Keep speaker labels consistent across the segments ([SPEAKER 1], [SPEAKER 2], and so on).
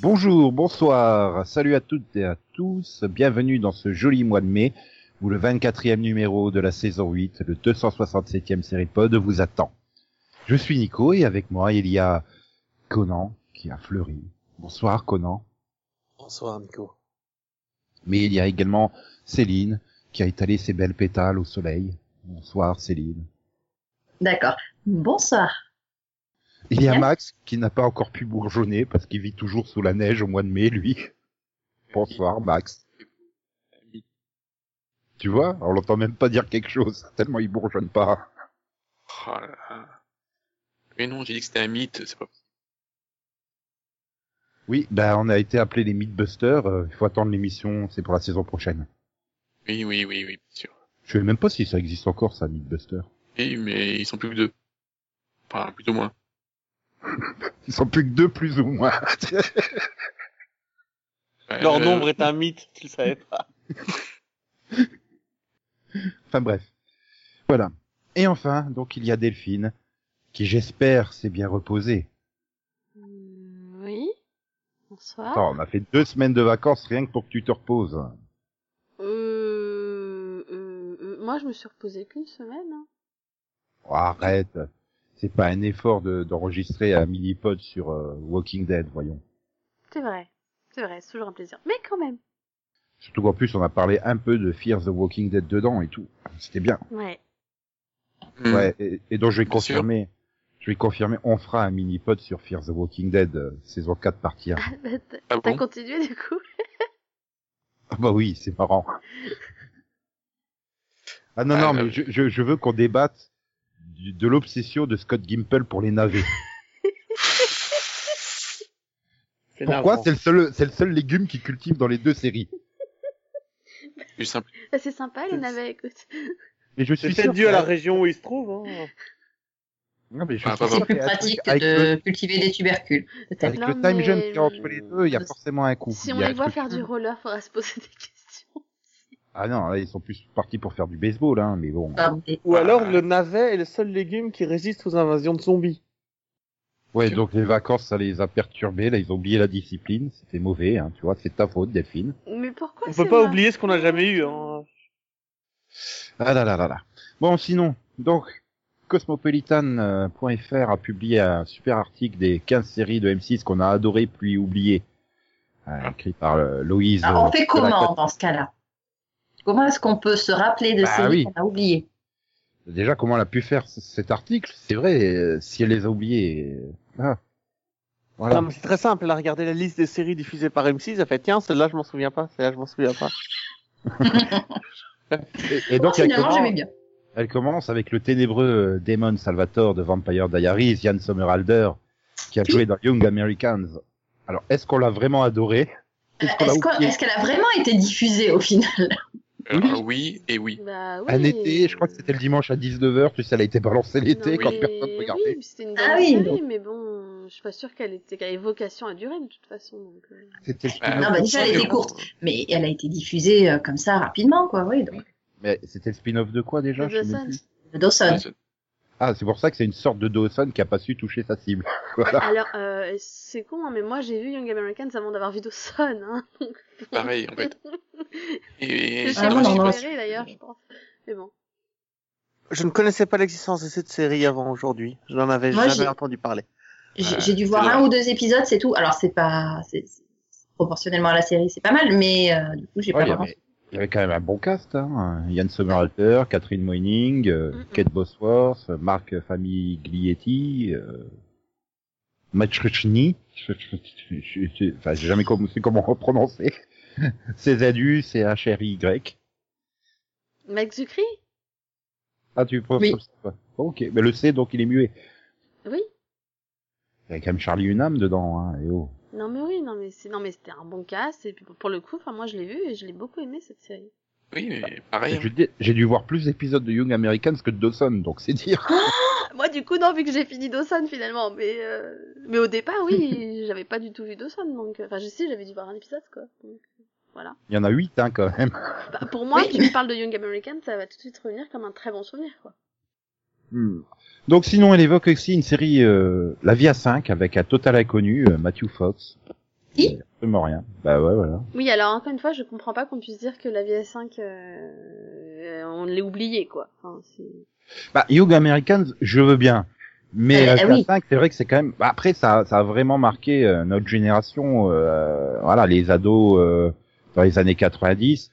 [SPEAKER 1] Bonjour, bonsoir, salut à toutes et à tous, bienvenue dans ce joli mois de mai où le 24e numéro de la saison 8, le 267e série pod vous attend. Je suis Nico et avec moi il y a Conan qui a fleuri. Bonsoir Conan.
[SPEAKER 2] Bonsoir Nico.
[SPEAKER 1] Mais il y a également Céline qui a étalé ses belles pétales au soleil. Bonsoir Céline.
[SPEAKER 3] D'accord. Bonsoir.
[SPEAKER 1] Il y a Max qui n'a pas encore pu bourgeonner parce qu'il vit toujours sous la neige au mois de mai, lui. Bonsoir Max. Tu vois, on l'entend même pas dire quelque chose, tellement il bourgeonne pas.
[SPEAKER 2] Oh là là. Mais non, j'ai dit que c'était un mythe, c'est pas
[SPEAKER 1] Oui, bah on a été appelé les Mythbusters, euh, il faut attendre l'émission, c'est pour la saison prochaine.
[SPEAKER 2] Oui, oui, oui, oui, bien sûr.
[SPEAKER 1] Je sais même pas si ça existe encore ça, Mythbusters.
[SPEAKER 2] Oui, mais ils sont plus que deux. Enfin, plutôt moins.
[SPEAKER 1] Ils sont plus que deux plus ou moins.
[SPEAKER 2] Ouais,
[SPEAKER 4] Euh, Leur
[SPEAKER 2] le-
[SPEAKER 4] nombre est un mythe, tu le savais pas.
[SPEAKER 1] Enfin bref. Voilà. Et enfin, donc il y a Delphine, qui j'espère s'est bien reposée.
[SPEAKER 5] Hmm, Oui. Bonsoir.
[SPEAKER 1] Attends, on a fait deux semaines de vacances rien que pour que tu te reposes.
[SPEAKER 5] Euh, euh, euh, moi, je me suis reposée qu'une semaine. hein.
[SPEAKER 1] Oh, arrête. C'est pas un effort de- d'enregistrer un mini-pod sur euh, Walking Dead, voyons.
[SPEAKER 5] C'est vrai. C'est vrai, c'est toujours un plaisir. Mais quand même.
[SPEAKER 1] Surtout qu'en plus on a parlé un peu de Fear the Walking Dead dedans et tout. C'était bien.
[SPEAKER 5] Ouais.
[SPEAKER 2] Hmm.
[SPEAKER 1] Ouais, et, et donc je vais
[SPEAKER 2] Bien sûr.
[SPEAKER 1] confirmer. Je vais confirmer, on fera un mini-pod sur Fear the Walking Dead, euh, saison 4 partie 1.
[SPEAKER 5] Bah, T'as
[SPEAKER 2] Ah
[SPEAKER 5] t'as
[SPEAKER 2] bon
[SPEAKER 5] continué du coup
[SPEAKER 1] Ah bah oui, c'est marrant. Ah non,
[SPEAKER 2] Ah,
[SPEAKER 1] non,
[SPEAKER 2] là,
[SPEAKER 1] mais je, je, je veux qu'on débatte du- de l'obsession de Scott Gimple pour les navets. Pourquoi c'est le seul, c'est le seul légume qu'il cultive dans les deux séries
[SPEAKER 2] Plus simple.
[SPEAKER 5] Bah, C'est sympa les navets, écoute.
[SPEAKER 1] Mais je suis
[SPEAKER 4] C'est
[SPEAKER 1] sûr
[SPEAKER 4] peut-être dû à la
[SPEAKER 1] que-
[SPEAKER 4] région où il se trouve. Hein.
[SPEAKER 1] Non, mais je
[SPEAKER 2] Ah,
[SPEAKER 1] suis
[SPEAKER 2] pardon.
[SPEAKER 1] sûr
[SPEAKER 3] C'est plus
[SPEAKER 1] qu'il y a un truc
[SPEAKER 3] pratique
[SPEAKER 1] avec
[SPEAKER 3] de
[SPEAKER 1] le,
[SPEAKER 3] cultiver des tubercules.
[SPEAKER 1] avec
[SPEAKER 3] Peut-être.
[SPEAKER 1] le
[SPEAKER 5] Non,
[SPEAKER 1] time
[SPEAKER 5] mais-
[SPEAKER 1] jump qu'il y a entre les deux, il y a forcément un coup.
[SPEAKER 5] Si
[SPEAKER 1] Il
[SPEAKER 5] on
[SPEAKER 1] y a
[SPEAKER 5] les
[SPEAKER 1] un
[SPEAKER 5] voit
[SPEAKER 1] truc-
[SPEAKER 5] faire du roller, faudra se poser des questions.
[SPEAKER 1] Ah non, là, ils sont plus partis pour faire du baseball, hein, mais bon.
[SPEAKER 3] Par des-
[SPEAKER 4] Ou
[SPEAKER 2] Ah.
[SPEAKER 4] alors le navet est le seul légume qui résiste aux invasions de zombies.
[SPEAKER 1] Ouais,
[SPEAKER 2] Tu-
[SPEAKER 1] donc les vacances, ça les a perturbés, là, ils ont oublié la discipline, c'était mauvais, hein, tu vois, c'est ta faute, Delphine.
[SPEAKER 5] Mais pourquoi
[SPEAKER 4] On
[SPEAKER 5] c'est
[SPEAKER 4] peut pas
[SPEAKER 5] moi
[SPEAKER 4] oublier ce qu'on a jamais eu. Hein.
[SPEAKER 1] Ah là là là là. Bon, sinon, donc, cosmopolitan.fr a publié un super article des 15 séries de M6 qu'on a adoré puis oublié. Euh, écrit par euh, Loïse.
[SPEAKER 3] Ah, on
[SPEAKER 1] euh,
[SPEAKER 3] fait
[SPEAKER 1] de la
[SPEAKER 3] comment
[SPEAKER 1] Côte.
[SPEAKER 3] dans ce cas-là Comment est-ce qu'on peut se rappeler de
[SPEAKER 1] Bah
[SPEAKER 3] ces
[SPEAKER 1] oui.
[SPEAKER 3] qu'on a oubliés
[SPEAKER 1] Déjà, comment elle a pu faire c- cet article C'est vrai, euh, si elle les a oubliés. euh, ah. Voilà.
[SPEAKER 4] Non, mais C'est très simple, elle a regardé la liste des séries diffusées par M6, elle a fait tiens, celle-là je m'en souviens pas, celle-là je m'en souviens pas.
[SPEAKER 1] Et, et donc, elle
[SPEAKER 3] Finalement,
[SPEAKER 1] commence,
[SPEAKER 3] j'aimais bien.
[SPEAKER 1] elle commence avec le ténébreux euh, Damon Salvatore de Vampire Diaries, Ian Somerhalder, qui a joué dans Young Americans. Alors, est-ce qu'on l'a vraiment adoré Est-ce qu'on l'a
[SPEAKER 3] Est-ce qu'on-
[SPEAKER 1] oublié
[SPEAKER 3] est-ce qu'elle a vraiment été diffusée au final
[SPEAKER 2] Alors, oui et oui.
[SPEAKER 5] Bah oui.
[SPEAKER 1] un été, je crois que c'était le dimanche à 19h, puis ça a été balancée l'été
[SPEAKER 5] Non,
[SPEAKER 1] quand
[SPEAKER 5] mais-
[SPEAKER 1] personne regardait.
[SPEAKER 5] Oui, c'était une bonne
[SPEAKER 3] Ah oui,
[SPEAKER 5] série,
[SPEAKER 3] donc.
[SPEAKER 5] mais bon, je suis pas sûre qu'elle était, qu'elle avait vocation à durer de toute façon. Donc, euh.
[SPEAKER 1] C'était le
[SPEAKER 2] Bah,
[SPEAKER 1] spin-off.
[SPEAKER 3] Non, bah, déjà, elle était courte. Mais elle a été diffusée euh, comme ça rapidement, quoi. Oui, donc.
[SPEAKER 1] Mais c'était le spin-off de quoi déjà je sais
[SPEAKER 5] Dawson.
[SPEAKER 1] même plus.
[SPEAKER 3] Dawson.
[SPEAKER 1] Ah, c'est pour ça que c'est une sorte de Dawson qui a pas su toucher sa cible. voilà.
[SPEAKER 5] Alors, euh, c'est con, hein, mais moi j'ai vu Young Americans avant d'avoir vu Dawson. Hein, donc,
[SPEAKER 2] Pareil, en fait. Et,
[SPEAKER 5] Je
[SPEAKER 2] et
[SPEAKER 5] sais
[SPEAKER 3] non,
[SPEAKER 5] pas
[SPEAKER 3] non, non,
[SPEAKER 5] si je d'ailleurs, je pense. Mais bon.
[SPEAKER 4] Je ne connaissais pas l'existence de cette série avant aujourd'hui, je n'en avais
[SPEAKER 3] Moi,
[SPEAKER 4] jamais
[SPEAKER 3] j'ai-
[SPEAKER 4] entendu parler.
[SPEAKER 3] J'ai
[SPEAKER 2] Ouais,
[SPEAKER 3] j'ai dû
[SPEAKER 2] c'est
[SPEAKER 3] voir un
[SPEAKER 2] dommage.
[SPEAKER 3] ou deux épisodes, c'est tout. Alors, c'est pas. c'est- c'est- Proportionnellement à la série, c'est pas mal, mais euh, du coup, j'ai
[SPEAKER 1] Ouais,
[SPEAKER 3] pas
[SPEAKER 1] il, y
[SPEAKER 3] vraiment.
[SPEAKER 1] avait, il y avait quand même un bon cast. Hein. Yann Somerhalder, Catherine Moining,
[SPEAKER 3] Mm,
[SPEAKER 1] euh,
[SPEAKER 5] Mm-mm.
[SPEAKER 1] Kate Bosworth, euh, Marc Famiglietti, euh, Matt Schrichny. Enfin, j'ai jamais com- su comment prononcer. CZU, C-H-R-Y.
[SPEAKER 5] Max Zucri
[SPEAKER 1] Ah, tu penses
[SPEAKER 3] Oui.
[SPEAKER 1] comme ça, toi. Ok, mais le C, donc il est muet.
[SPEAKER 5] Oui.
[SPEAKER 1] Il y a quand même Charlie Hunnam dedans, hein, et oh.
[SPEAKER 5] Non mais oui, non mais c'est non mais c'était un bon cast et puis pour- pour le coup, enfin moi je l'ai vu et je l'ai beaucoup aimé cette série.
[SPEAKER 2] Oui, mais pareil.
[SPEAKER 1] Je dis- J'ai dû voir plus d'épisodes de Young Americans que de Dawson, donc c'est dire.
[SPEAKER 3] Ah
[SPEAKER 5] Moi, du coup, non, vu que j'ai fini Dawson finalement. Mais, euh, mais au départ, oui, j'avais pas du tout vu Dawson. Donc... euh, Enfin, je sais, j'avais dû voir un épisode, quoi. Donc, voilà.
[SPEAKER 1] Il y en a huit, hein, quand même.
[SPEAKER 5] Bah, pour moi,
[SPEAKER 3] Oui.
[SPEAKER 5] tu me parles de Young American, ça va tout de suite revenir comme un très bon souvenir, quoi.
[SPEAKER 1] Hmm. Donc sinon, elle évoque aussi une série euh, La Vie à 5 avec un total inconnu, euh, Matthew Fox.
[SPEAKER 3] Qui
[SPEAKER 1] Euh, Absolument rien. Bah ouais, voilà.
[SPEAKER 5] Oui, alors encore une fois, je comprends pas qu'on puisse dire que la VS5, euh, euh, on l'ait oubliée, quoi. Enfin, c'est-
[SPEAKER 1] Bah, Young Americans, je veux bien. Mais
[SPEAKER 3] Eh,
[SPEAKER 1] La
[SPEAKER 3] eh
[SPEAKER 1] Vie à
[SPEAKER 3] oui.
[SPEAKER 1] 5, c'est vrai que c'est quand même... bah, après, ça, ça a vraiment marqué euh, notre génération. euh, voilà, les ados euh, dans les années 90.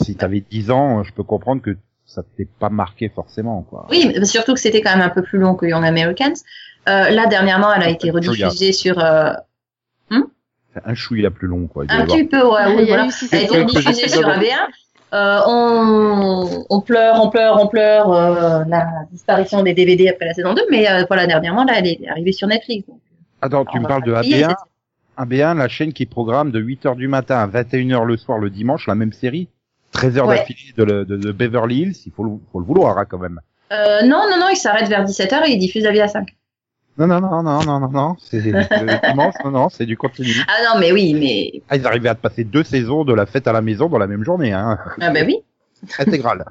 [SPEAKER 1] Si t'avais 10 ans, je peux comprendre que ça t'ait pas marqué forcément, quoi.
[SPEAKER 3] Oui, mais surtout que c'était quand même un peu plus long que Young Americans. Euh, là, dernièrement, elle a été rediffusée sur euh,
[SPEAKER 1] Un chouïa plus long, quoi. Il doit y
[SPEAKER 3] un
[SPEAKER 1] avoir-
[SPEAKER 3] petit peu, ouais,
[SPEAKER 5] Il
[SPEAKER 3] Bah oui,
[SPEAKER 5] y a
[SPEAKER 3] voilà.
[SPEAKER 5] eu six
[SPEAKER 3] Elle a été
[SPEAKER 5] saisons.
[SPEAKER 3] rediffusée sur AB1. Euh, on, on pleure, on pleure, on pleure euh, la disparition des DVD après la saison 2, mais euh, voilà, dernièrement, là, elle est arrivée sur Netflix. Donc,
[SPEAKER 1] Attends, tu me
[SPEAKER 3] on va
[SPEAKER 1] parles de
[SPEAKER 3] pas payer,
[SPEAKER 1] AB1
[SPEAKER 3] c'est-
[SPEAKER 1] AB1, la chaîne qui programme de 8h du matin à 21h le soir le dimanche, la même série. 13 heures
[SPEAKER 3] Ouais.
[SPEAKER 1] d'affilée de, le- de- de Beverly Hills, il faut le, faut le vouloir hein, quand même.
[SPEAKER 3] Euh, non, non, non, il s'arrête vers 17h et il diffuse la vie à 5.
[SPEAKER 1] Non, non, non, non, non, non, non, c'est le dimanche, non, non, c'est du continu.
[SPEAKER 3] Ah non, mais oui, mais...
[SPEAKER 1] Ah, ils arrivaient à te passer deux saisons de la fête à la maison dans la même journée, hein,
[SPEAKER 3] Ah bah oui.
[SPEAKER 1] intégrale.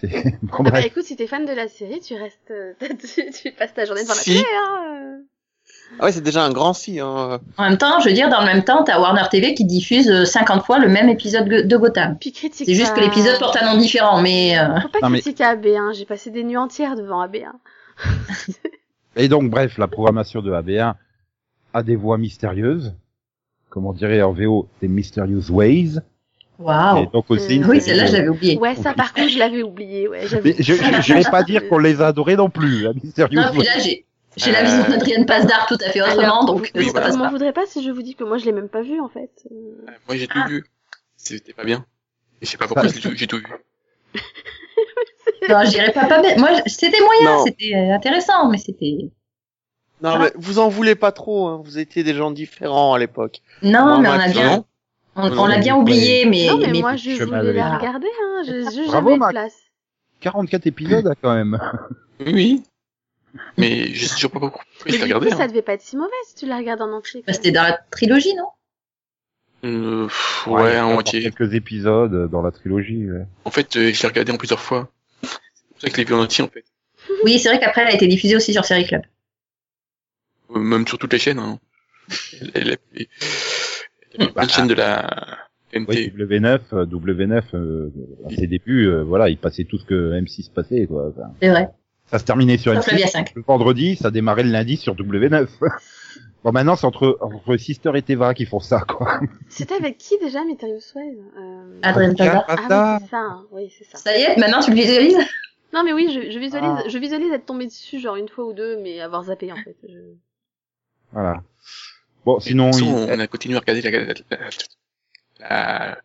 [SPEAKER 1] C'est- bon,
[SPEAKER 5] Ah bah
[SPEAKER 1] bref.
[SPEAKER 5] écoute, si t'es fan de la série, tu restes, euh, tu, tu passes ta journée devant
[SPEAKER 4] Si.
[SPEAKER 5] la télé, hein. euh.
[SPEAKER 4] Ah ouais, c'est déjà un grand si. Hein.
[SPEAKER 3] En même temps, je veux dire, dans le même temps, t'as Warner TV qui diffuse euh, 50 fois le même épisode go- de Gotham.
[SPEAKER 5] Puis critique.
[SPEAKER 3] C'est juste
[SPEAKER 5] pas-
[SPEAKER 3] que l'épisode porte un nom différent, mais... euh,
[SPEAKER 5] Faut pas
[SPEAKER 1] Non, mais-
[SPEAKER 5] critiquer AB1, j'ai passé des nuits entières devant hein. AB1.
[SPEAKER 1] Et donc, bref, la programmation de AB1 a des voix mystérieuses. Comme on dirait en VO, des Mysterious Ways. Et
[SPEAKER 3] Waouh.
[SPEAKER 1] donc aussi. une
[SPEAKER 5] Euh,
[SPEAKER 3] Oui,
[SPEAKER 1] série
[SPEAKER 3] celle-là,
[SPEAKER 1] de-
[SPEAKER 3] je l'avais oublié.
[SPEAKER 5] Ouais, ça par contre, je l'avais oublié, ouais, j'avoue.
[SPEAKER 1] Mais Je je- je vais pas dire qu'on les a adorés non plus, la Mysterious
[SPEAKER 3] Non,
[SPEAKER 1] Ways.
[SPEAKER 3] puis là, j'ai... J'ai
[SPEAKER 2] Euh,
[SPEAKER 3] la vision d'Adrienne Pasdar tout à fait autrement, donc
[SPEAKER 5] vous,
[SPEAKER 3] euh, ça
[SPEAKER 5] vous
[SPEAKER 3] passe
[SPEAKER 5] m'en
[SPEAKER 3] pas.
[SPEAKER 5] voudrez pas si je vous dis que moi je l'ai même pas vu en fait. Euh,
[SPEAKER 2] euh, Moi, j'ai tout vu. C'était pas bien. Et je sais pas
[SPEAKER 1] Bah,
[SPEAKER 2] pourquoi j'ai tout- j'ai tout vu.
[SPEAKER 3] Non, je dirais pas pas bête. Moi, je- c'était moyen,
[SPEAKER 4] Non.
[SPEAKER 3] c'était euh, intéressant, mais c'était...
[SPEAKER 4] Non,
[SPEAKER 3] Ah.
[SPEAKER 4] mais vous en voulez pas trop. Hein. Vous étiez des gens différents à l'époque.
[SPEAKER 3] Non,
[SPEAKER 4] Moi,
[SPEAKER 3] Ah, mais on a
[SPEAKER 4] Max,
[SPEAKER 3] bien,
[SPEAKER 4] non.
[SPEAKER 3] on,
[SPEAKER 4] Non,
[SPEAKER 3] on l'a
[SPEAKER 4] mais
[SPEAKER 3] bien
[SPEAKER 4] vous
[SPEAKER 3] oublié, mais,
[SPEAKER 5] Non, mais,
[SPEAKER 3] mais- Ah.
[SPEAKER 5] moi je
[SPEAKER 1] chemin
[SPEAKER 5] voulais la
[SPEAKER 3] avec-
[SPEAKER 5] regarder, hein, je- je-
[SPEAKER 1] Bravo,
[SPEAKER 5] j'avais de
[SPEAKER 1] Max.
[SPEAKER 5] place.
[SPEAKER 1] 44 épisodes hein, quand même.
[SPEAKER 2] Oui, oui. Mais je sais toujours pas pourquoi
[SPEAKER 5] Mais
[SPEAKER 2] je l'ai
[SPEAKER 5] du coup,
[SPEAKER 2] regardé.
[SPEAKER 5] ça
[SPEAKER 2] hein.
[SPEAKER 5] devait pas être si mauvais si tu la regardes en entier.
[SPEAKER 3] bah,
[SPEAKER 5] quoi.
[SPEAKER 3] c'était dans la trilogie, non
[SPEAKER 2] Euh, pff,
[SPEAKER 1] il y
[SPEAKER 2] ouais,
[SPEAKER 1] a
[SPEAKER 2] en
[SPEAKER 1] encore
[SPEAKER 2] moitié.
[SPEAKER 1] Quelques épisodes euh, dans la trilogie. ouais.
[SPEAKER 2] En fait, euh, je l'ai regardé en plusieurs fois. C'est pour ça que je l'ai vu en entier, en fait.
[SPEAKER 5] Mhm.
[SPEAKER 3] Oui, c'est vrai qu'après, elle a été diffusée aussi sur Série Club.
[SPEAKER 2] Euh, Même sur toutes les chaînes. Hein. La,
[SPEAKER 1] Bah,
[SPEAKER 2] chaîne de la
[SPEAKER 1] Oui,
[SPEAKER 2] TNT.
[SPEAKER 1] W9, euh, W9, euh, à ses débuts, euh, voilà, il passait tout ce que M6 passait, quoi. Enfin,
[SPEAKER 3] C'est vrai.
[SPEAKER 1] ça se terminait sur
[SPEAKER 3] Sauf la vie à
[SPEAKER 1] M6.
[SPEAKER 3] 5.
[SPEAKER 1] Le vendredi, ça démarrait le lundi sur W9. bon, maintenant, c'est entre, entre Sister et Teva qui font ça, quoi.
[SPEAKER 5] C'était avec qui déjà, Mysterious Wave euh...
[SPEAKER 3] Adrien Tazar.
[SPEAKER 1] Ah,
[SPEAKER 5] Ah
[SPEAKER 1] ça.
[SPEAKER 5] oui, c'est ça, hein. oui, c'est ça.
[SPEAKER 3] Ça y est, maintenant tu le visualises
[SPEAKER 5] Non, mais oui, je, je visualise,
[SPEAKER 1] Ah.
[SPEAKER 5] je visualise être tombé dessus, genre une fois ou deux, mais avoir zappé, en fait. Je-
[SPEAKER 1] Voilà. Bon, sinon,
[SPEAKER 2] De toute façon,
[SPEAKER 1] il-
[SPEAKER 2] on a continué à regarder la, la, la, la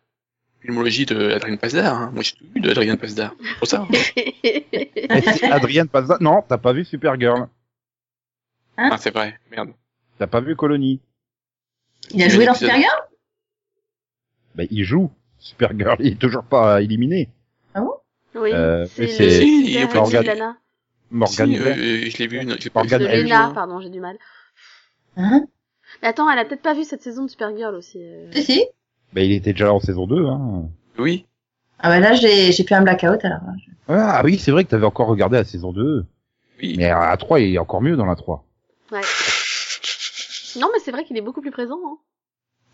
[SPEAKER 2] filmologie de Adrien Pazdar. Hein. Moi, j'ai tout vu de Adrien Pazdar. C'est Pour ça. hein.
[SPEAKER 1] Adrienne passe ça. Non, t'as pas vu Supergirl.
[SPEAKER 2] Ah, c'est vrai. Merde.
[SPEAKER 1] T'as pas vu Colony.
[SPEAKER 3] Il a
[SPEAKER 2] Il y a
[SPEAKER 3] joué
[SPEAKER 2] un
[SPEAKER 3] dans
[SPEAKER 2] épisode.
[SPEAKER 3] Superior
[SPEAKER 1] Ben, il joue. Supergirl, il est toujours pas éliminé.
[SPEAKER 5] oui,
[SPEAKER 1] Euh,
[SPEAKER 5] c'est
[SPEAKER 1] mais c'est-
[SPEAKER 5] le
[SPEAKER 2] Si,
[SPEAKER 5] super
[SPEAKER 2] en fait,
[SPEAKER 5] héros de
[SPEAKER 1] il-
[SPEAKER 5] Lana.
[SPEAKER 1] Morgan.
[SPEAKER 2] Si, euh, euh, je l'ai vu. non, J'ai pas
[SPEAKER 1] Morgane
[SPEAKER 5] De
[SPEAKER 2] je l'ai vu,
[SPEAKER 5] Lena,
[SPEAKER 2] hein.
[SPEAKER 5] pardon, j'ai du mal.
[SPEAKER 3] Hein
[SPEAKER 5] Mais attends, elle a peut-être pas vu cette saison de Supergirl aussi. euh.
[SPEAKER 3] Si, si.
[SPEAKER 1] Ben, il était déjà là en saison 2, hein.
[SPEAKER 2] Oui.
[SPEAKER 3] Ah bah là, j'ai j'ai fait un blackout alors.
[SPEAKER 1] Ah oui, c'est vrai que t'avais encore regardé la saison 2.
[SPEAKER 2] Oui.
[SPEAKER 1] Mais à la 3, il est encore mieux dans la 3.
[SPEAKER 5] Non, mais c'est vrai qu'il est beaucoup plus présent. Hein.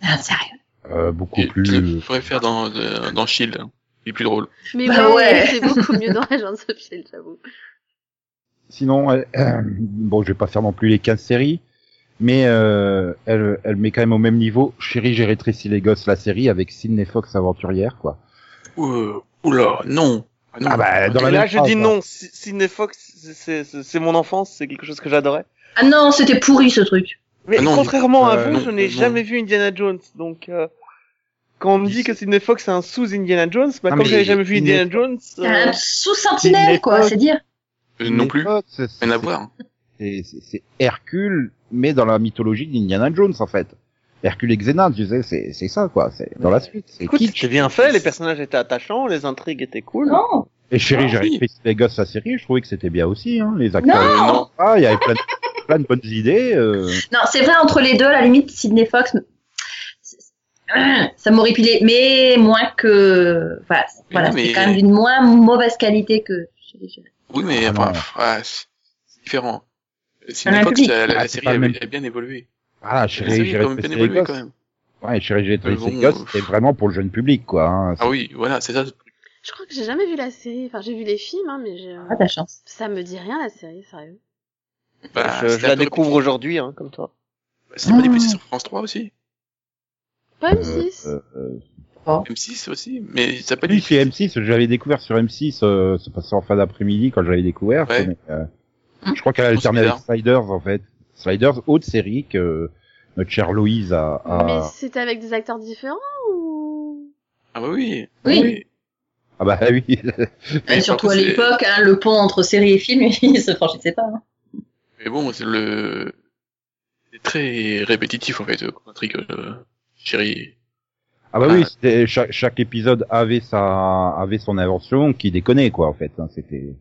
[SPEAKER 3] Ah, sérieux
[SPEAKER 1] Euh, beaucoup
[SPEAKER 2] Je- Je
[SPEAKER 1] plus...
[SPEAKER 2] pourrais faire dans, euh, dans Shield. Il est plus drôle.
[SPEAKER 5] Mais
[SPEAKER 3] Bah
[SPEAKER 5] ouais,
[SPEAKER 3] ouais.
[SPEAKER 5] c'est beaucoup mieux dans l'agence of Shield, E j'avoue.
[SPEAKER 1] Sinon, elle- bon, je vais pas faire non plus les 15 séries, mais euh, elle, elle met quand même au même niveau Chérie, j'ai rétréci les gosses, la série, avec Sydney Fox aventurière, quoi.
[SPEAKER 2] Ouh, euh, oula, non. non. Euh,
[SPEAKER 1] Ah bah, dans
[SPEAKER 4] Et
[SPEAKER 1] la
[SPEAKER 4] là,
[SPEAKER 1] même
[SPEAKER 4] je
[SPEAKER 1] phrase,
[SPEAKER 4] dis
[SPEAKER 1] là.
[SPEAKER 4] non. Si- Cinefox, c'est- c'est c'est- c'est mon enfance. C'est quelque chose que j'adorais.
[SPEAKER 3] Ah non, c'était pourri ce truc.
[SPEAKER 4] Mais
[SPEAKER 2] Ah non,
[SPEAKER 4] contrairement à
[SPEAKER 1] euh,
[SPEAKER 4] vous,
[SPEAKER 2] non,
[SPEAKER 4] je n'ai
[SPEAKER 2] non.
[SPEAKER 4] jamais vu Indiana Jones. Donc, euh, quand on me dit que Cinefox c'est un sous Indiana Jones, bah,
[SPEAKER 1] Non,
[SPEAKER 4] comme
[SPEAKER 1] mais
[SPEAKER 4] j'avais jamais vu
[SPEAKER 1] Sidney-
[SPEAKER 4] Indiana Jones,
[SPEAKER 3] C'est
[SPEAKER 4] euh,
[SPEAKER 3] un sous-sentinelle,
[SPEAKER 1] Sidney
[SPEAKER 3] quoi,
[SPEAKER 1] Fox.
[SPEAKER 3] c'est dire.
[SPEAKER 2] Euh, non
[SPEAKER 1] Sydney
[SPEAKER 2] plus.
[SPEAKER 1] Fox, c'est-
[SPEAKER 2] Rien à
[SPEAKER 1] c'est-
[SPEAKER 2] voir.
[SPEAKER 1] c'est- C'est c'est Hercule, mais dans la mythologie d'Indiana Jones, en fait. Hercule et Xénade, je sais, c'est c'est ça, quoi. C'est dans la suite. C'est
[SPEAKER 4] Écoute,
[SPEAKER 1] kitsch.
[SPEAKER 4] c'était bien fait, les personnages étaient attachants, les intrigues étaient cool.
[SPEAKER 3] Non,
[SPEAKER 1] Et Chérie, j'ai
[SPEAKER 2] oui.
[SPEAKER 1] respecté les gosses la série, je trouvais que c'était bien aussi, hein, les acteurs.
[SPEAKER 3] Non.
[SPEAKER 1] Euh, Ah, il y avait plein de, plein de bonnes idées. euh.
[SPEAKER 3] non, c'est vrai entre les deux, à la limite, Sidney Fox, ça m'aurait pilé, mais moins que, enfin, c'est- voilà,
[SPEAKER 2] Mais-
[SPEAKER 3] c'est quand même d'une moins mauvaise qualité que.
[SPEAKER 2] Oui, mais
[SPEAKER 1] Ah,
[SPEAKER 2] enfin,
[SPEAKER 1] non.
[SPEAKER 2] pff, ah, c'est c'est différent. C'est
[SPEAKER 3] Ah,
[SPEAKER 2] une
[SPEAKER 3] la
[SPEAKER 2] époque,
[SPEAKER 3] public.
[SPEAKER 2] la, la
[SPEAKER 1] Ah, c'est
[SPEAKER 2] série
[SPEAKER 1] pas le
[SPEAKER 2] a,
[SPEAKER 1] même.
[SPEAKER 2] a bien évolué.
[SPEAKER 1] Ah,
[SPEAKER 2] La série
[SPEAKER 1] Chérie,
[SPEAKER 2] a
[SPEAKER 1] j'ai
[SPEAKER 2] quand même bien
[SPEAKER 1] respecté les
[SPEAKER 2] évolué
[SPEAKER 1] gosses.
[SPEAKER 2] quand même.
[SPEAKER 1] Ouais, Chérie, j'ai respecté les
[SPEAKER 2] bon,
[SPEAKER 1] gosses,
[SPEAKER 2] euh,
[SPEAKER 1] c'était vraiment pour le jeune public, quoi. hein.
[SPEAKER 2] Ah oui, voilà, c'est ça.
[SPEAKER 5] Je crois que j'ai jamais vu la série. Enfin, j'ai vu les films, hein, mais j'ai-
[SPEAKER 3] Ah, ta chance.
[SPEAKER 5] ça me dit rien la série, sérieux.
[SPEAKER 2] Bah,
[SPEAKER 4] je, je
[SPEAKER 2] c'était un
[SPEAKER 4] la
[SPEAKER 2] peu-
[SPEAKER 4] découvre aujourd'hui, hein, comme toi.
[SPEAKER 2] C'était pas
[SPEAKER 1] Ah.
[SPEAKER 2] dépassé sur France 3 aussi
[SPEAKER 5] Pas
[SPEAKER 1] Euh,
[SPEAKER 5] M6.
[SPEAKER 1] euh, euh,
[SPEAKER 2] M6 aussi Mais ça a pas
[SPEAKER 1] oui,
[SPEAKER 2] du
[SPEAKER 1] chez M6, j'avais découvert sur M6, euh, ça passait en fin d'après-midi quand j'avais découvert.
[SPEAKER 2] Ouais.
[SPEAKER 1] mais, euh, je crois qu'elle a
[SPEAKER 2] Je
[SPEAKER 1] alterné
[SPEAKER 2] pense
[SPEAKER 1] avec Sliders, en fait. Sliders, autre série que notre chère Louise a... a-
[SPEAKER 5] Mais c'était avec des acteurs différents ou
[SPEAKER 2] Ah bah oui.
[SPEAKER 3] Oui.
[SPEAKER 1] Ah bah oui,
[SPEAKER 2] Mais
[SPEAKER 3] Et surtout à
[SPEAKER 2] par contre, c'est-
[SPEAKER 3] l'époque, hein, le pont entre série et film, il se franchissait pas. hein.
[SPEAKER 2] Mais bon, c'est le... C'est très répétitif, en fait, euh, comme intrigue, euh, chérie.
[SPEAKER 1] Ah bah
[SPEAKER 2] Ah.
[SPEAKER 1] oui, c'était- chaque, chaque épisode avait sa avait son invention qui déconnait quoi en fait. hein, c'était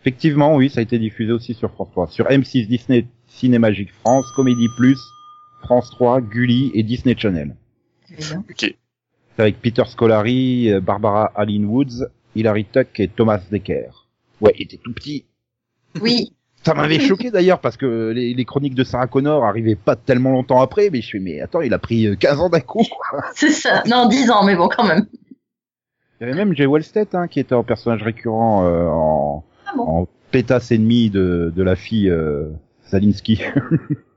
[SPEAKER 1] effectivement oui, ça a été diffusé aussi sur France 3, sur M6 Disney Cinémagique France, Comédie Plus, France 3, Gulli et Disney Channel.
[SPEAKER 2] Ok.
[SPEAKER 1] C'est avec Peter Scolari, euh, Barbara Allen Woods, Hilary Tuck et Thomas Decker. Ouais, il était tout petit.
[SPEAKER 3] Oui,
[SPEAKER 1] Ça m'avait choqué d'ailleurs parce que les, les chroniques de Sarah Connor arrivaient pas tellement longtemps après, mais je suis mais attends, il a pris euh, 15 ans d'un coup.
[SPEAKER 3] c'est ça. Non, 10 ans, mais bon, quand même.
[SPEAKER 1] Il y avait même Jay Wellstead hein, qui était un personnage récurrent euh, en,
[SPEAKER 3] Ah bon
[SPEAKER 1] en pétasse ennemie de, de la fille euh, Zalinski.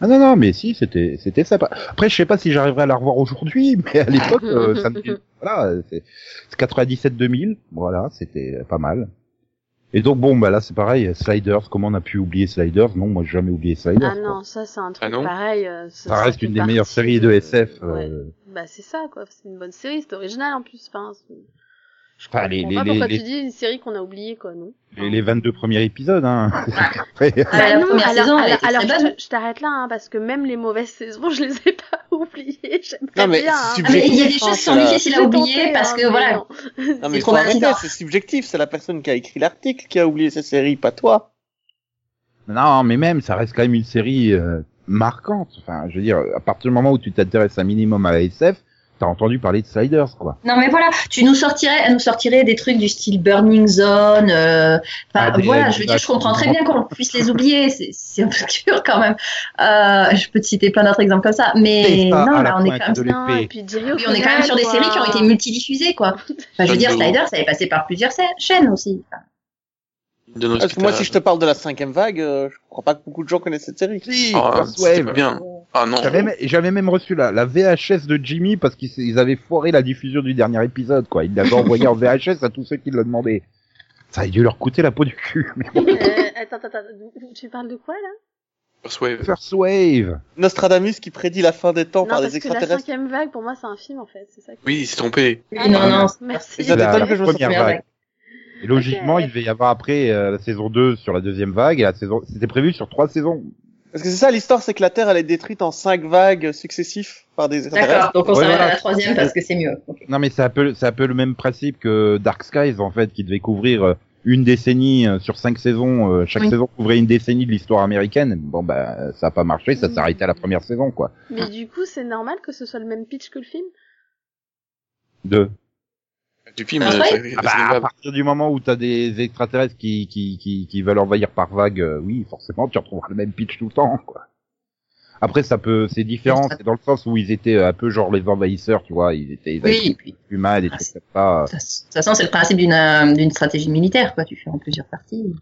[SPEAKER 1] ah non, non, mais si, c'était c'était sympa. Après, je sais pas si j'arriverai à la revoir aujourd'hui, mais à l'époque, euh, ça me... Voilà, c'est c'est 97-2000, voilà, c'était pas mal. Et donc, bon, bah là, c'est pareil, Sliders, comment on a pu oublier Sliders Non, moi, j'ai jamais oublié Sliders.
[SPEAKER 5] Ah
[SPEAKER 1] quoi.
[SPEAKER 5] non, ça c'est un truc
[SPEAKER 2] Ah non
[SPEAKER 5] pareil. euh, Ça,
[SPEAKER 1] Ça
[SPEAKER 5] ça
[SPEAKER 1] reste
[SPEAKER 5] fait
[SPEAKER 1] une des meilleures
[SPEAKER 5] partie
[SPEAKER 1] séries de SF.
[SPEAKER 5] Ouais.
[SPEAKER 1] euh,
[SPEAKER 5] Bah c'est ça quoi, c'est une bonne série, c'est original en plus. Enfin, c'est- je
[SPEAKER 1] Enfin,
[SPEAKER 5] comprends
[SPEAKER 1] les-
[SPEAKER 5] pas
[SPEAKER 1] les-
[SPEAKER 5] pourquoi
[SPEAKER 1] les-
[SPEAKER 5] tu dis une série qu'on a oubliée quoi, non
[SPEAKER 1] les, les 22 premiers épisodes, hein. Après,
[SPEAKER 3] Ah, la première
[SPEAKER 5] Bah alors,
[SPEAKER 3] saison, elle
[SPEAKER 5] alors,
[SPEAKER 3] était
[SPEAKER 5] alors,
[SPEAKER 3] très
[SPEAKER 5] je-
[SPEAKER 3] bonne.
[SPEAKER 5] je t'arrête là hein, parce que même les mauvaises saisons, je les ai pas oubliées. J'aime
[SPEAKER 4] Non, mais
[SPEAKER 5] bien.
[SPEAKER 4] c'est
[SPEAKER 5] hein.
[SPEAKER 3] Ah, mais il y a
[SPEAKER 4] Objectif,
[SPEAKER 3] des
[SPEAKER 4] hein,
[SPEAKER 3] choses qui
[SPEAKER 4] ça-
[SPEAKER 3] sont difficiles à
[SPEAKER 5] J'ai
[SPEAKER 3] oublier
[SPEAKER 5] tenté,
[SPEAKER 3] parce
[SPEAKER 5] hein,
[SPEAKER 3] que
[SPEAKER 5] mais
[SPEAKER 3] voilà.
[SPEAKER 5] non.
[SPEAKER 4] Non,
[SPEAKER 3] C'est
[SPEAKER 4] mais
[SPEAKER 3] trop
[SPEAKER 4] faut arrêter,
[SPEAKER 3] inquiétant.
[SPEAKER 4] c'est subjectif, c'est la personne qui a écrit l'article qui a oublié ses séries, pas toi.
[SPEAKER 1] Non, mais même, ça reste quand même une série euh, marquante. Enfin, je veux dire, à partir du moment où tu t'intéresses un minimum à la SF, t'as entendu parler de Sliders, quoi.
[SPEAKER 3] Non, mais voilà, tu nous sortirais, elle nous sortirait des trucs du style Burning Zone. euh, Enfin,
[SPEAKER 1] Ah, des-
[SPEAKER 3] voilà,
[SPEAKER 1] des
[SPEAKER 3] je veux dire, je comprends très bien
[SPEAKER 1] accidents.
[SPEAKER 3] qu'on puisse les oublier. C'est c'est un peu dur quand même. Euh, je peux te citer plein d'autres exemples comme ça, mais
[SPEAKER 1] C'est ça,
[SPEAKER 3] non,
[SPEAKER 1] à
[SPEAKER 3] là,
[SPEAKER 1] la
[SPEAKER 3] on est
[SPEAKER 1] pointe
[SPEAKER 3] quand même.
[SPEAKER 1] de
[SPEAKER 5] Non,
[SPEAKER 1] l'épée.
[SPEAKER 5] et puis Jerry
[SPEAKER 3] Oui, on est quand même sur des
[SPEAKER 5] O'Connell,
[SPEAKER 3] séries qui ont
[SPEAKER 5] quoi.
[SPEAKER 3] été multidiffusées, quoi. Enfin, je veux dire,
[SPEAKER 2] Shundo.
[SPEAKER 3] Slider, ça avait passé par plusieurs cha- chaînes aussi. Enfin,
[SPEAKER 2] De
[SPEAKER 1] Ah,
[SPEAKER 2] nos
[SPEAKER 4] Parce que moi, si je te parle de la cinquième vague, euh, je crois pas que beaucoup de gens connaissent cette série.
[SPEAKER 1] Si, Oh,
[SPEAKER 2] Ah, c'était pas bien. Ah non.
[SPEAKER 1] J'avais même- j'avais même reçu la, la VHS de Jimmy parce qu'ils s- ils avaient foiré la diffusion du dernier épisode, quoi. Ils l'avaient envoyé en VHS à tous ceux qui le demandaient. Ça a dû leur coûter la peau du cul. Mais
[SPEAKER 5] Euh, attends, attends, attends, tu parles de quoi là
[SPEAKER 2] Persuade.
[SPEAKER 1] First Wave.
[SPEAKER 4] Nostradamus qui prédit la fin des temps
[SPEAKER 5] Non,
[SPEAKER 4] par
[SPEAKER 5] parce
[SPEAKER 4] des
[SPEAKER 5] que la
[SPEAKER 4] extraterrestres.
[SPEAKER 5] cinquième vague, pour moi, c'est un film en fait, c'est ça. que-
[SPEAKER 2] Oui, il s'est trompé.
[SPEAKER 3] oui, Ah, non, non.
[SPEAKER 5] Merci.
[SPEAKER 4] Et ça
[SPEAKER 1] La-
[SPEAKER 4] m'étonne
[SPEAKER 1] la
[SPEAKER 4] que je me
[SPEAKER 1] première
[SPEAKER 4] souvienne.
[SPEAKER 1] vague. Et logiquement,
[SPEAKER 5] Ok.
[SPEAKER 1] il devait y avoir après euh, la saison 2 sur la deuxième vague et la saison, c'était prévu sur trois saisons.
[SPEAKER 4] Parce que c'est ça, l'histoire, c'est que la Terre, elle est détruite en cinq vagues successives par des extraterrestres.
[SPEAKER 3] D'accord, donc on
[SPEAKER 1] Ouais,
[SPEAKER 3] s'arrête
[SPEAKER 1] voilà.
[SPEAKER 3] à la troisième parce que c'est mieux. Ok.
[SPEAKER 1] Non, mais c'est un peu, c'est un peu le même principe que Dark Skies, en fait, qui devait couvrir euh, une décennie euh, sur cinq saisons. euh, Chaque
[SPEAKER 3] Oui.
[SPEAKER 1] saison couvrait une décennie de l'histoire américaine. Bon, bah, euh, ça a pas marché, ça s'est
[SPEAKER 5] Mm.
[SPEAKER 1] arrêté à la première saison, quoi.
[SPEAKER 3] Ah.
[SPEAKER 5] Mais du coup, c'est normal que ce soit le même pitch que le film
[SPEAKER 1] Deux.
[SPEAKER 2] Du film,
[SPEAKER 3] Ah
[SPEAKER 2] euh,
[SPEAKER 3] ouais
[SPEAKER 2] c'est-
[SPEAKER 1] Ah bah,
[SPEAKER 2] c'est
[SPEAKER 1] à
[SPEAKER 2] grave.
[SPEAKER 1] partir du moment où t'as des extraterrestres qui, qui, qui, qui veulent envahir par vague, euh, oui, forcément, tu retrouveras le même pitch tout le temps, quoi. Après, ça peut, c'est différent, c'est dans le sens où ils étaient euh, un peu genre les envahisseurs, tu vois, ils étaient, ils avaient
[SPEAKER 3] Oui, et puis,
[SPEAKER 1] plus mal, des trucs comme ça.
[SPEAKER 3] de toute façon, c'est le principe d'une euh, d'une stratégie militaire, quoi. Tu fais en plusieurs parties.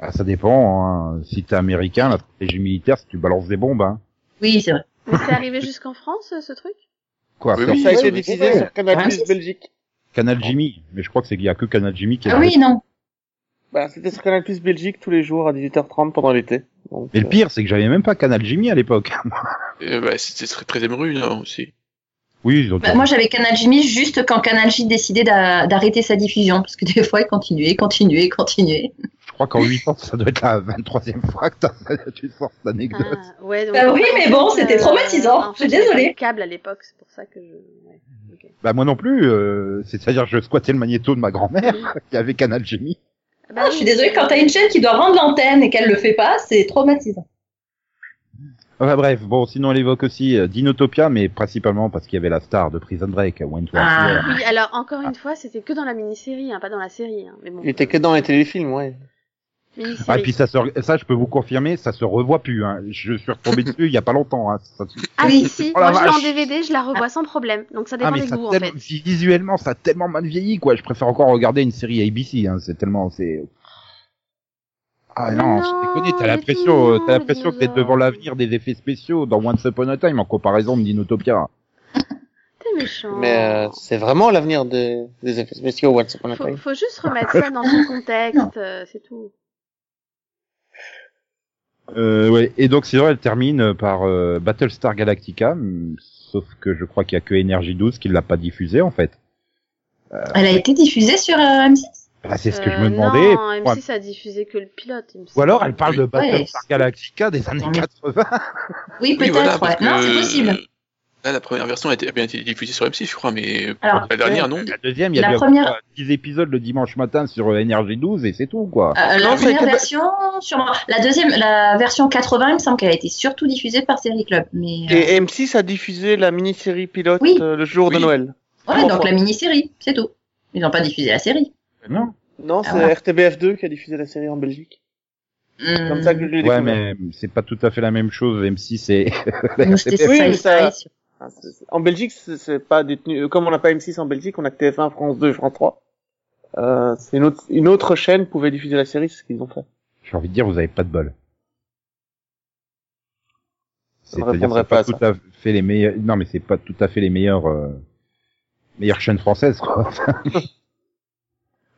[SPEAKER 1] Ah, ça dépend, hein. Si t'es américain, la stratégie militaire, c'est que tu balances des bombes, hein.
[SPEAKER 3] Oui, c'est vrai.
[SPEAKER 5] Mais c'est arrivé jusqu'en France, ce truc
[SPEAKER 1] Quoi,
[SPEAKER 2] Oui,
[SPEAKER 1] sur
[SPEAKER 2] oui,
[SPEAKER 4] Ça a
[SPEAKER 2] Ouais,
[SPEAKER 4] été
[SPEAKER 2] mais
[SPEAKER 4] diffusé
[SPEAKER 1] ouais.
[SPEAKER 4] sur Canal
[SPEAKER 3] Ouais.
[SPEAKER 4] Plus Belgique.
[SPEAKER 1] Canal Jimmy. Mais je crois que c'est qu'il y a que Canal Jimmy qui est.
[SPEAKER 3] Ah oui, non.
[SPEAKER 4] Bah, c'était sur Canal Plus Belgique tous les jours à 18h30 pendant l'été. Donc,
[SPEAKER 1] Mais le
[SPEAKER 4] euh,
[SPEAKER 1] pire, c'est que j'avais même pas Canal Jimmy à l'époque.
[SPEAKER 2] Euh, bah, c'est c'est très émeru, non, aussi.
[SPEAKER 1] oui, ils ont
[SPEAKER 3] Bah, moi, j'avais Canal Jimmy juste quand Canal J décidait d'a- d'arrêter sa diffusion, parce que des fois, il continuait, continuait, continuait.
[SPEAKER 1] Je crois qu'en 8 ans, ça doit être la 23e fois que t'as- tu sors cette anecdote.
[SPEAKER 5] Ah, ouais, donc,
[SPEAKER 3] Bah oui,
[SPEAKER 5] en
[SPEAKER 3] mais
[SPEAKER 5] fait,
[SPEAKER 3] bon, c'était traumatisant.
[SPEAKER 5] en
[SPEAKER 3] Je suis
[SPEAKER 5] fait, j'avais
[SPEAKER 3] désolée. Mm.
[SPEAKER 5] pas de câble à l'époque, c'est pour ça que je. ouais, ok.
[SPEAKER 1] Bah moi non plus, euh, c'est-à-dire je squattais le magnéto de ma grand-mère qui avait Canal Gemini.
[SPEAKER 3] Ah,
[SPEAKER 5] Bah oui,
[SPEAKER 3] je suis désolée, quand t'as une chaîne qui doit rendre l'antenne et qu'elle le fait pas, c'est traumatisant.
[SPEAKER 1] Enfin bref, bon sinon elle évoque aussi euh, Dinotopia, mais principalement parce qu'il y avait la star de Prison Break, euh, Wentworth.
[SPEAKER 3] Ah.
[SPEAKER 1] Miller.
[SPEAKER 5] Oui, alors encore une fois, c'était que dans la mini-série, hein, pas dans la série. Hein. Mais bon,
[SPEAKER 4] Il était que dans les téléfilms, ouais.
[SPEAKER 5] mini-série.
[SPEAKER 1] Ah, et puis ça, se, re- ça je peux vous confirmer, ça se revoit plus. Hein. Je suis retombé dessus il y a pas longtemps. Hein. Ça-
[SPEAKER 5] Ah,
[SPEAKER 3] Oui.
[SPEAKER 5] si, si.
[SPEAKER 1] Oh la
[SPEAKER 5] Moi, je l'ai en
[SPEAKER 1] vache.
[SPEAKER 5] DVD, je la revois sans problème. Donc, ça
[SPEAKER 1] Ah,
[SPEAKER 5] dépend des
[SPEAKER 1] ça
[SPEAKER 5] goûts, en
[SPEAKER 1] tellement-
[SPEAKER 5] fait.
[SPEAKER 1] visuellement ça a tellement mal vieilli quoi. Je préfère encore regarder une série ABC. Hein. C'est tellement c'est. Ah
[SPEAKER 5] Mais
[SPEAKER 1] non,
[SPEAKER 5] Ah non,
[SPEAKER 1] je déconne, t'as
[SPEAKER 5] il est tout
[SPEAKER 1] l'impression, euh,
[SPEAKER 5] mignon,
[SPEAKER 1] t'as
[SPEAKER 5] le
[SPEAKER 1] l'impression que t'es
[SPEAKER 5] dinosaure.
[SPEAKER 1] devant l'avenir des effets spéciaux dans Once Upon a Time en comparaison de Dinotopia.
[SPEAKER 5] T'es méchant.
[SPEAKER 4] Mais euh, c'est vraiment l'avenir de- des effets spéciaux Once Upon a
[SPEAKER 5] faut,
[SPEAKER 4] Time.
[SPEAKER 5] faut juste remettre ça dans son contexte, euh, c'est tout.
[SPEAKER 1] Euh, ouais. Et donc sinon elle termine par euh, Battlestar Galactica, hum, sauf que je crois qu'il y a que Energy 12 qui l'a pas diffusé en fait.
[SPEAKER 3] Elle a été diffusée sur euh, M6
[SPEAKER 1] Bah, c'est ce que je me
[SPEAKER 5] Euh,
[SPEAKER 1] demandais.
[SPEAKER 5] Non, M6
[SPEAKER 1] Pourquoi-
[SPEAKER 5] a diffusé que le pilote. il me
[SPEAKER 1] Ou
[SPEAKER 5] semble.
[SPEAKER 1] alors elle parle de Battlestar
[SPEAKER 3] c'est-
[SPEAKER 1] Galactica des années 80.
[SPEAKER 3] Oui,
[SPEAKER 2] Oui,
[SPEAKER 3] peut-être,
[SPEAKER 2] voilà,
[SPEAKER 3] ouais.
[SPEAKER 2] parce que,
[SPEAKER 3] Non, c'est possible. Euh,
[SPEAKER 2] Là, la première version a, été, a bien été diffusée sur M6, je crois, mais
[SPEAKER 3] Alors, euh,
[SPEAKER 2] la dernière, non.
[SPEAKER 1] La deuxième, il y a
[SPEAKER 3] La
[SPEAKER 1] dû avoir,
[SPEAKER 3] première-
[SPEAKER 1] euh, 10 épisodes le dimanche matin sur euh, NRJ12 et c'est tout quoi.
[SPEAKER 3] Euh, la
[SPEAKER 4] Non, ça a
[SPEAKER 3] première
[SPEAKER 4] été-
[SPEAKER 3] version, sûrement. La deuxième, la version 80, il me semble qu'elle a été surtout diffusée par Série Club. Mais euh,
[SPEAKER 4] Et M6 a diffusé la mini-série pilote
[SPEAKER 3] Oui.
[SPEAKER 4] euh, le jour de
[SPEAKER 2] Oui.
[SPEAKER 4] Noël.
[SPEAKER 3] ouais, donc
[SPEAKER 4] pourquoi
[SPEAKER 3] la mini-série, c'est tout. Ils n'ont pas diffusé la série.
[SPEAKER 1] Non.
[SPEAKER 4] Non, c'est
[SPEAKER 3] Ah ouais.
[SPEAKER 4] RTBF2 qui a diffusé la série en Belgique. C'est
[SPEAKER 3] Hmm.
[SPEAKER 4] Comme ça que je l'ai
[SPEAKER 1] Ouais,
[SPEAKER 4] découvert.
[SPEAKER 1] mais c'est pas tout à fait la même chose. M6 et
[SPEAKER 3] Nous, c'était
[SPEAKER 4] Oui,
[SPEAKER 3] ça,
[SPEAKER 4] mais
[SPEAKER 3] et
[SPEAKER 4] ça-
[SPEAKER 3] pareil.
[SPEAKER 4] Ah, c'est- c'est- En Belgique, c'est c'est pas détenu. euh, Comme on n'a pas M6 en Belgique, on a que TF1, France 2, France 3. Euh, c'est une autre, une autre chaîne pouvait diffuser la série, c'est ce qu'ils ont fait.
[SPEAKER 1] j'ai envie de dire vous avez pas de bol.
[SPEAKER 4] ne
[SPEAKER 1] C'est-à-dire
[SPEAKER 4] répondrai
[SPEAKER 1] c'est pas,
[SPEAKER 4] pas à
[SPEAKER 1] tout à fait les meilleurs. Non, mais c'est pas tout à fait les meilleurs. euh, meilleures chaînes françaises quoi.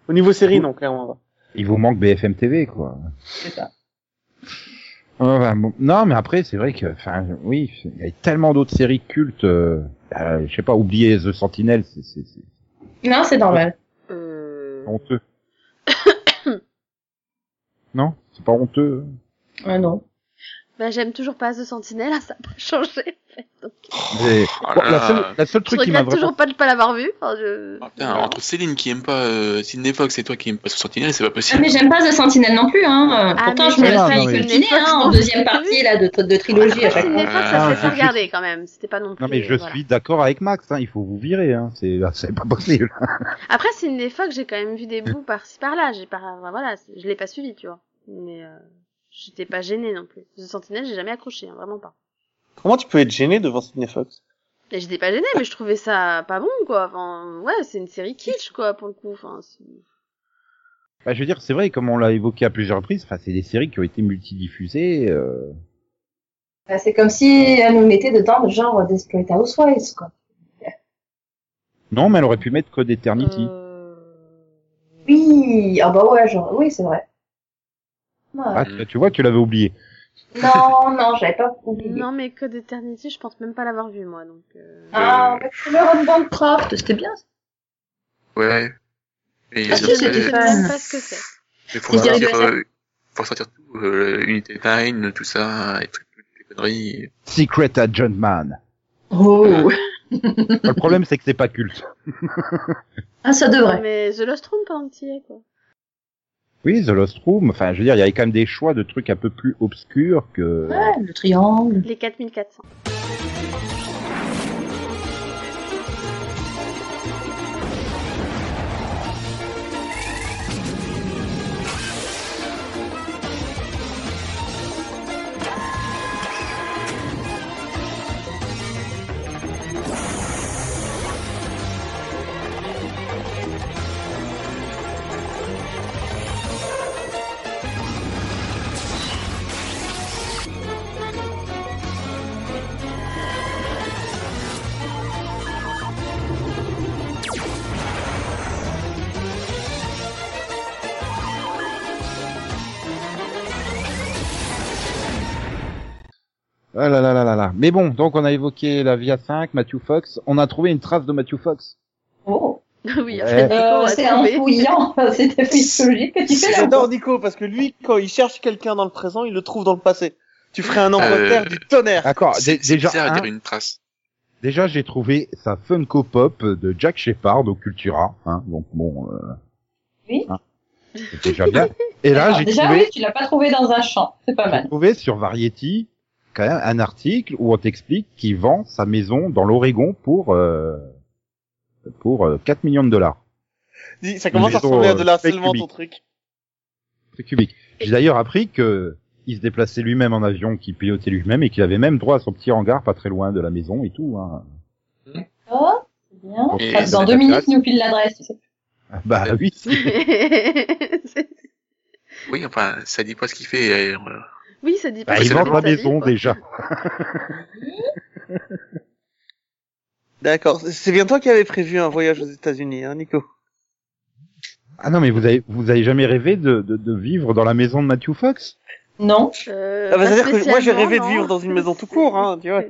[SPEAKER 4] Au niveau série, non, clairement pas.
[SPEAKER 1] Il vous manque BFM TV quoi.
[SPEAKER 3] C'est ça.
[SPEAKER 1] Enfin, bon. Non, mais après c'est vrai que, enfin, oui, il y a tellement d'autres séries cultes. euh, euh, je sais pas, oublier The Sentinel, c'est- c'est c'est
[SPEAKER 3] Non, c'est normal.
[SPEAKER 5] Euh,
[SPEAKER 1] honteux. non, c'est pas honteux.
[SPEAKER 3] Ah non.
[SPEAKER 5] Bah, j'aime toujours pas The Sentinel, hein, ça a pas changé.
[SPEAKER 1] Mais-
[SPEAKER 2] Oh là
[SPEAKER 1] Bon, la,
[SPEAKER 2] là.
[SPEAKER 1] seule, la seule
[SPEAKER 5] Je
[SPEAKER 1] truc qui m'a
[SPEAKER 5] regrette
[SPEAKER 1] vraiment...
[SPEAKER 5] toujours pas de pas l'avoir vu. Enfin, je-
[SPEAKER 2] Ah, putain, entre Céline qui aime pas euh, Sidney Fox et toi qui aime pas ce Sentinelle, c'est pas
[SPEAKER 3] Ah,
[SPEAKER 2] possible.
[SPEAKER 3] mais j'aime pas The Sentinel non plus. Hein. Euh,
[SPEAKER 5] Ah,
[SPEAKER 3] Pourtant,
[SPEAKER 5] mais
[SPEAKER 3] je me
[SPEAKER 1] c'est
[SPEAKER 3] laisse
[SPEAKER 1] pas
[SPEAKER 3] pas
[SPEAKER 1] non, mais-
[SPEAKER 3] nicotinner hein, en
[SPEAKER 5] Oui.
[SPEAKER 3] deuxième partie là, de, de trilogie à
[SPEAKER 5] C'est
[SPEAKER 3] chaque
[SPEAKER 5] une
[SPEAKER 3] fois.
[SPEAKER 5] époque, ça
[SPEAKER 1] Ah,
[SPEAKER 5] se fait
[SPEAKER 1] je-
[SPEAKER 5] regarder quand même. C'était pas non plus. euh,
[SPEAKER 1] Non mais je
[SPEAKER 5] voilà.
[SPEAKER 1] suis d'accord avec Max, hein, il faut vous virer, hein, c'est là, c'est pas possible.
[SPEAKER 5] Après, c'est une époque, j'ai quand même vu des bouts par-ci par-là. J'ai pas, enfin, voilà, c'est- je l'ai pas suivi, tu vois. Mais euh, j'étais pas gênée non plus. The Sentinel, j'ai jamais accroché, hein, vraiment pas.
[SPEAKER 4] Comment tu peux être gêné devant Sidney Fox
[SPEAKER 5] Et j'étais pas gênée, mais je trouvais ça pas bon, quoi. Enfin, ouais, c'est une série kitsch, quoi, pour le coup. Enfin, c'est-
[SPEAKER 1] Bah, je veux dire, c'est vrai, comme on l'a évoqué à plusieurs reprises, enfin, c'est des séries qui ont été multidiffusées. euh,
[SPEAKER 3] Bah, C'est comme si elle nous mettait dedans le genre Desperate Housewives. Quoi.
[SPEAKER 1] Non, mais elle aurait pu mettre Code Eternity.
[SPEAKER 5] euh,
[SPEAKER 3] Oui, ah bah ouais, genre, oui, c'est vrai. Ouais.
[SPEAKER 1] Ah, tu, tu vois, tu l'avais oublié.
[SPEAKER 3] Non, non, j'avais pas oublié.
[SPEAKER 5] Non, mais Code Eternity, je pense même pas l'avoir vu, moi. Donc, euh,
[SPEAKER 3] Ah, bah, c'est le Ron Bancroft, c'était bien. ça.
[SPEAKER 2] Ouais. Et
[SPEAKER 3] Parce
[SPEAKER 5] Ah, je
[SPEAKER 3] que
[SPEAKER 2] euh,
[SPEAKER 5] ne
[SPEAKER 3] c'est du
[SPEAKER 5] sais
[SPEAKER 2] mais
[SPEAKER 3] fun.
[SPEAKER 5] même pas ce que c'est.
[SPEAKER 2] pour,
[SPEAKER 3] séries de
[SPEAKER 2] sortir, euh, pour sortir tout, euh, Unité 9, tout ça, et toutes les conneries.
[SPEAKER 1] Secret Agent Man.
[SPEAKER 3] Oh.
[SPEAKER 1] Enfin, le problème, c'est que c'est pas culte.
[SPEAKER 3] Ah, ça devrait.
[SPEAKER 5] Mais The Lost Room, pas un petit, eh, quoi.
[SPEAKER 1] Oui, The Lost Room, enfin, je veux dire, il y avait quand même des choix de trucs un peu plus obscurs que...
[SPEAKER 3] Ouais, le triangle.
[SPEAKER 5] Les 4400.
[SPEAKER 1] Ah là là là là là. Mais bon, donc on a évoqué la Via 5, Matthew Fox. On a trouvé une trace de Matthew Fox.
[SPEAKER 3] Oh.
[SPEAKER 5] oui, après, Nico
[SPEAKER 3] Euh,
[SPEAKER 5] a
[SPEAKER 3] c'est un
[SPEAKER 5] trouvé.
[SPEAKER 3] fouillant, c'est ta physiologie que tu fais là.
[SPEAKER 4] J'adore Nico parce que lui, quand il cherche quelqu'un dans le présent, il le trouve dans le passé. Tu ferais un Angleterre
[SPEAKER 2] Euh.
[SPEAKER 4] du tonnerre.
[SPEAKER 1] D'accord.
[SPEAKER 2] C'est
[SPEAKER 1] Ah, dé-
[SPEAKER 2] c'est
[SPEAKER 1] Déjà,
[SPEAKER 2] bizarre à
[SPEAKER 1] un,
[SPEAKER 2] dire une trace.
[SPEAKER 1] déjà j'ai trouvé sa Funko Pop de Jack Shepard au Cultura. Hein, donc bon. euh,
[SPEAKER 3] Oui.
[SPEAKER 1] hein, c'est déjà bien. Et là
[SPEAKER 3] D'accord.
[SPEAKER 1] j'ai
[SPEAKER 3] Déjà,
[SPEAKER 1] trouvé,
[SPEAKER 3] oui, tu l'as pas trouvé dans un champ, c'est pas
[SPEAKER 1] j'ai
[SPEAKER 3] mal.
[SPEAKER 1] trouvé sur Variety quand même un article où on t'explique qu'il vend sa maison dans l'Oregon pour euh, pour euh, 4 millions de dollars.
[SPEAKER 4] Dis, Ça commence à
[SPEAKER 1] maison,
[SPEAKER 4] ressembler à
[SPEAKER 1] euh,
[SPEAKER 4] de la
[SPEAKER 1] fake
[SPEAKER 4] seulement ton
[SPEAKER 1] cubique.
[SPEAKER 4] truc.
[SPEAKER 1] C'est cubique. J'ai d'ailleurs appris que il se déplaçait lui-même en avion, qu'il pilotait lui-même et qu'il avait même droit à son petit hangar pas très loin de la maison et tout. Hein.
[SPEAKER 3] Oh, c'est bien.
[SPEAKER 1] Pour
[SPEAKER 2] Et-
[SPEAKER 1] faire
[SPEAKER 3] Ah, dans
[SPEAKER 1] de
[SPEAKER 3] deux
[SPEAKER 1] la
[SPEAKER 3] minutes,
[SPEAKER 1] place.
[SPEAKER 3] il nous pile l'adresse, tu sais.
[SPEAKER 1] Bah oui.
[SPEAKER 5] C'est-
[SPEAKER 2] Oui, enfin, ça dit pas ce qu'il fait. euh, euh,
[SPEAKER 5] oui, ça dit pas
[SPEAKER 1] Bah,
[SPEAKER 5] ce
[SPEAKER 1] il
[SPEAKER 5] que
[SPEAKER 1] vend
[SPEAKER 5] fait
[SPEAKER 1] la
[SPEAKER 5] de sa vie,
[SPEAKER 1] maison
[SPEAKER 5] quoi.
[SPEAKER 1] déjà.
[SPEAKER 4] D'accord. C'est bien toi qui avais prévu un voyage aux États-Unis, hein,
[SPEAKER 5] Euh,
[SPEAKER 4] Nico.
[SPEAKER 1] Ah non, mais vous avez, vous avez jamais rêvé de, de, de vivre dans la maison de Matthew Fox
[SPEAKER 3] Non.
[SPEAKER 5] Euh,
[SPEAKER 4] Ah bah,
[SPEAKER 5] pas
[SPEAKER 4] C'est-à-dire que moi, j'ai
[SPEAKER 5] spécialement,
[SPEAKER 4] rêvé de
[SPEAKER 5] non.
[SPEAKER 4] vivre dans une maison tout court, hein, tu vois. Je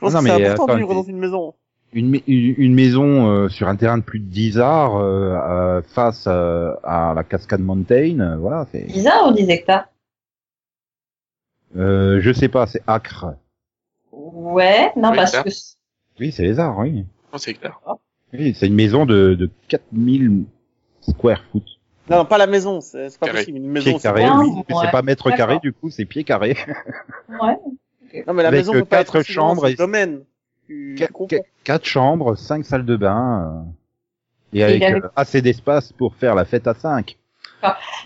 [SPEAKER 4] pense
[SPEAKER 1] Non,
[SPEAKER 4] que c'est
[SPEAKER 1] mais,
[SPEAKER 4] important
[SPEAKER 1] attends,
[SPEAKER 4] de vivre
[SPEAKER 1] mais-
[SPEAKER 4] dans une maison.
[SPEAKER 1] une, ma- une, une maison euh, sur un terrain de plus de 10 arts euh, euh, face euh, à la cascade Mountain, euh, voilà, c'est...
[SPEAKER 3] Bizarre ou 10 hectares
[SPEAKER 1] Euh, je sais pas, c'est acre.
[SPEAKER 3] Ouais, non,
[SPEAKER 2] Oui,
[SPEAKER 3] parce
[SPEAKER 2] ça.
[SPEAKER 3] que.
[SPEAKER 1] Oui, c'est les arts, oui.
[SPEAKER 2] Non, c'est clair.
[SPEAKER 1] Oui, c'est une maison de, de 4000 square foot.
[SPEAKER 4] Non, non, pas la maison, c'est c'est pas
[SPEAKER 2] Carré.
[SPEAKER 4] possible. Une
[SPEAKER 1] Pieds
[SPEAKER 4] maison, c'est
[SPEAKER 1] carrés,
[SPEAKER 3] bien,
[SPEAKER 1] oui.
[SPEAKER 3] ouais.
[SPEAKER 1] Mais c'est pas mètre
[SPEAKER 3] D'accord.
[SPEAKER 1] carré, du coup, c'est pieds carrés.
[SPEAKER 3] Ouais.
[SPEAKER 4] Non, mais la
[SPEAKER 1] Avec,
[SPEAKER 4] maison
[SPEAKER 1] euh,
[SPEAKER 4] peut pas être
[SPEAKER 1] quatre
[SPEAKER 4] aussi grande,
[SPEAKER 1] chambres
[SPEAKER 4] c'est
[SPEAKER 1] et-
[SPEAKER 4] le domaine. Tu
[SPEAKER 1] Qu-
[SPEAKER 4] comprends.
[SPEAKER 1] qu- Quatre chambres, cinq salles de bain, euh, et avec
[SPEAKER 3] avec-
[SPEAKER 1] euh, assez d'espace pour faire la fête à cinq.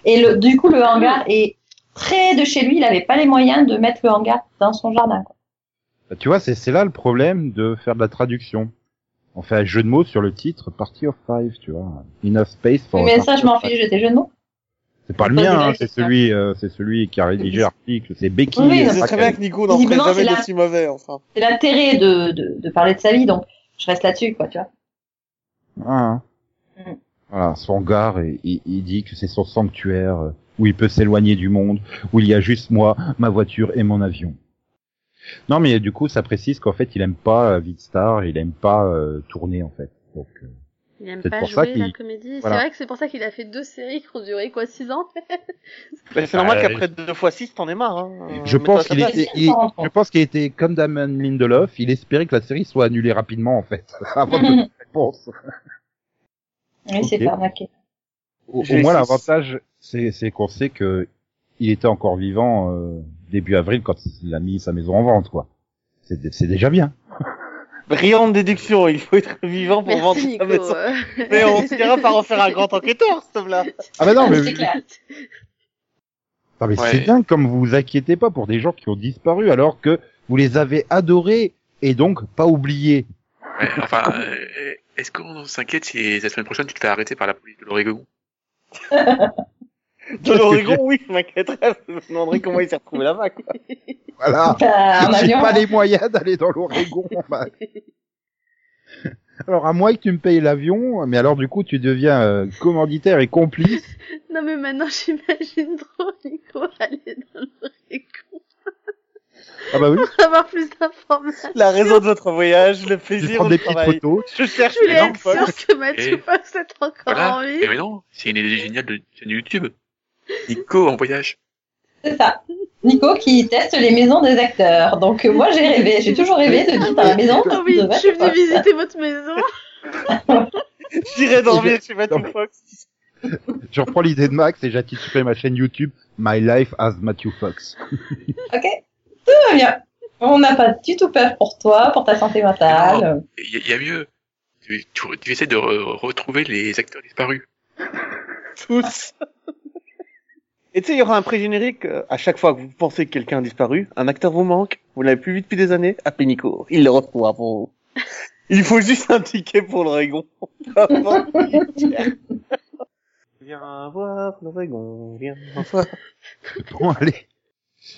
[SPEAKER 3] Et le, du coup, le
[SPEAKER 5] Hmm.
[SPEAKER 3] hangar est près de chez lui. Il avait pas les moyens de mettre le hangar dans son jardin. quoi.
[SPEAKER 1] Bah, Tu vois, c'est c'est là le problème de faire de la traduction. On fait un jeu de mots sur le titre Party of Five, tu vois. Enough space for.
[SPEAKER 3] Oui,
[SPEAKER 1] a
[SPEAKER 3] mais
[SPEAKER 1] party
[SPEAKER 3] ça,
[SPEAKER 1] of
[SPEAKER 3] je m'en
[SPEAKER 1] five.
[SPEAKER 3] fiche, j'étais jeune, non
[SPEAKER 1] C'est pas
[SPEAKER 3] Je
[SPEAKER 1] le
[SPEAKER 3] pose
[SPEAKER 1] mien,
[SPEAKER 3] la
[SPEAKER 1] hein,
[SPEAKER 3] question.
[SPEAKER 1] c'est celui, euh, c'est celui qui a rédigé l'article. C'est Becky.
[SPEAKER 3] Oui, oui,
[SPEAKER 1] euh,
[SPEAKER 4] Je sais très bien
[SPEAKER 1] Raquel.
[SPEAKER 4] que Nico n'en ferait
[SPEAKER 3] Visiblement, c'est
[SPEAKER 4] jamais
[SPEAKER 3] la-
[SPEAKER 4] d'aussi mauvais, enfin.
[SPEAKER 3] C'est l'intérêt de, de, de parler de sa vie, donc je reste là-dessus, quoi, tu vois.
[SPEAKER 1] Ah, hein.
[SPEAKER 3] Mm.
[SPEAKER 1] Voilà, son gare, et, il- il dit que c'est son sanctuaire euh, où il peut s'éloigner du monde, où il y a juste moi, ma voiture et mon avion. Non, mais du coup, ça précise qu'en fait, il aime pas euh, Vidstar, il aime pas euh, tourner en fait. Donc, euh,
[SPEAKER 5] Il aime
[SPEAKER 1] C'est
[SPEAKER 5] pas
[SPEAKER 1] pour ça
[SPEAKER 5] jouer la
[SPEAKER 1] qu'il-
[SPEAKER 5] comédie.
[SPEAKER 1] Voilà.
[SPEAKER 5] C'est vrai que c'est pour ça qu'il a fait deux séries qui ont duré quoi, 6 ans
[SPEAKER 4] Mais c'est normal
[SPEAKER 1] Euh,
[SPEAKER 4] qu'après deux fois six, t'en aies marre, hein.
[SPEAKER 1] je
[SPEAKER 4] Euh,
[SPEAKER 1] pense
[SPEAKER 4] mets-toi à
[SPEAKER 1] qu'il
[SPEAKER 4] ta
[SPEAKER 3] est-
[SPEAKER 4] place.
[SPEAKER 1] était,
[SPEAKER 3] place.
[SPEAKER 1] il- je pense qu'il était comme Damon Lindelof, il espérait que la série soit annulée rapidement en fait, avant de donner la réponse.
[SPEAKER 3] Oui, c'est
[SPEAKER 1] Ok.
[SPEAKER 3] pas arnaqué.
[SPEAKER 1] Au, au
[SPEAKER 4] J'ai
[SPEAKER 1] moins
[SPEAKER 4] six.
[SPEAKER 1] l'avantage, c'est, c'est qu'on sait que il était encore vivant euh, début avril quand il a mis sa maison en vente, quoi. C'est, dé- c'est déjà bien.
[SPEAKER 4] Brillante déduction, il faut être vivant pour vendre
[SPEAKER 5] Merci
[SPEAKER 4] sa
[SPEAKER 5] Nico.
[SPEAKER 4] maison.
[SPEAKER 5] euh.
[SPEAKER 4] Mais on finira par en faire un grand enquêteur, cet homme-là.
[SPEAKER 1] Ah bah non, mais,
[SPEAKER 3] C'est clair.
[SPEAKER 1] non, mais c'est
[SPEAKER 2] Ouais.
[SPEAKER 1] dingue comme vous vous inquiétez pas pour des gens qui ont disparu alors que vous les avez adorés et donc pas oubliés.
[SPEAKER 2] Ouais, enfin, euh, est-ce qu'on s'inquiète si la semaine prochaine tu te fais arrêter par la police de l'Oregon
[SPEAKER 4] De l'Oregon, oui, je m'inquiéterais. Je me demanderais comment il s'est retrouvé là-bas, quoi.
[SPEAKER 1] Voilà.
[SPEAKER 3] Bah, en
[SPEAKER 1] Ah, J'ai
[SPEAKER 3] avion.
[SPEAKER 1] pas les moyens d'aller dans l'Oregon. bah. Alors à moins que tu me payes l'avion, mais alors du coup tu deviens euh, commanditaire et complice.
[SPEAKER 5] Non mais maintenant j'imagine trop Nico aller dans l'Oregon
[SPEAKER 1] Ah bah oui,
[SPEAKER 5] pour avoir plus d'informations.
[SPEAKER 4] La raison de votre voyage, le
[SPEAKER 1] tu
[SPEAKER 4] plaisir,
[SPEAKER 1] prends
[SPEAKER 4] le
[SPEAKER 1] des petites
[SPEAKER 4] travail.
[SPEAKER 1] photos,
[SPEAKER 4] Je cherche
[SPEAKER 5] Je voulais
[SPEAKER 4] mes
[SPEAKER 5] être
[SPEAKER 4] enfants.
[SPEAKER 5] sûre que Mathieu
[SPEAKER 2] Et-
[SPEAKER 5] Fox est encore en
[SPEAKER 2] Voilà.
[SPEAKER 5] vie.
[SPEAKER 2] Eh Mais non, c'est une idée géniale de chaîne YouTube. Nico en voyage.
[SPEAKER 3] C'est ça. Nico qui teste les maisons des acteurs. Donc, euh, moi, j'ai rêvé. J'ai toujours rêvé de vivre dans la maison.
[SPEAKER 5] Ah oui,
[SPEAKER 3] de
[SPEAKER 5] je suis
[SPEAKER 3] Matthew
[SPEAKER 5] venue
[SPEAKER 3] Fox.
[SPEAKER 5] visiter votre maison.
[SPEAKER 4] J'irai dormir chez Matthew Fox.
[SPEAKER 1] Je reprends l'idée de Max et j'intitulerai ma chaîne YouTube My Life as Matthew Fox.
[SPEAKER 3] Ok. Tout va bien. On n'a pas du tout peur pour toi, pour ta santé mentale.
[SPEAKER 2] Il y, a- y a mieux. Tu, tu, tu essaies de re- retrouver les acteurs disparus.
[SPEAKER 4] Tous. Et tu sais, il y aura un pré-générique. euh, À chaque fois que vous pensez que quelqu'un a disparu, un acteur vous manque, vous l'avez plus vu depuis des années, appelez Nico. Il le retrouvera pour vous. Il faut juste un ticket pour l'Oregon. Avant qu'il parte. Viens voir l'Oregon, viens voir.
[SPEAKER 1] Bon, allez.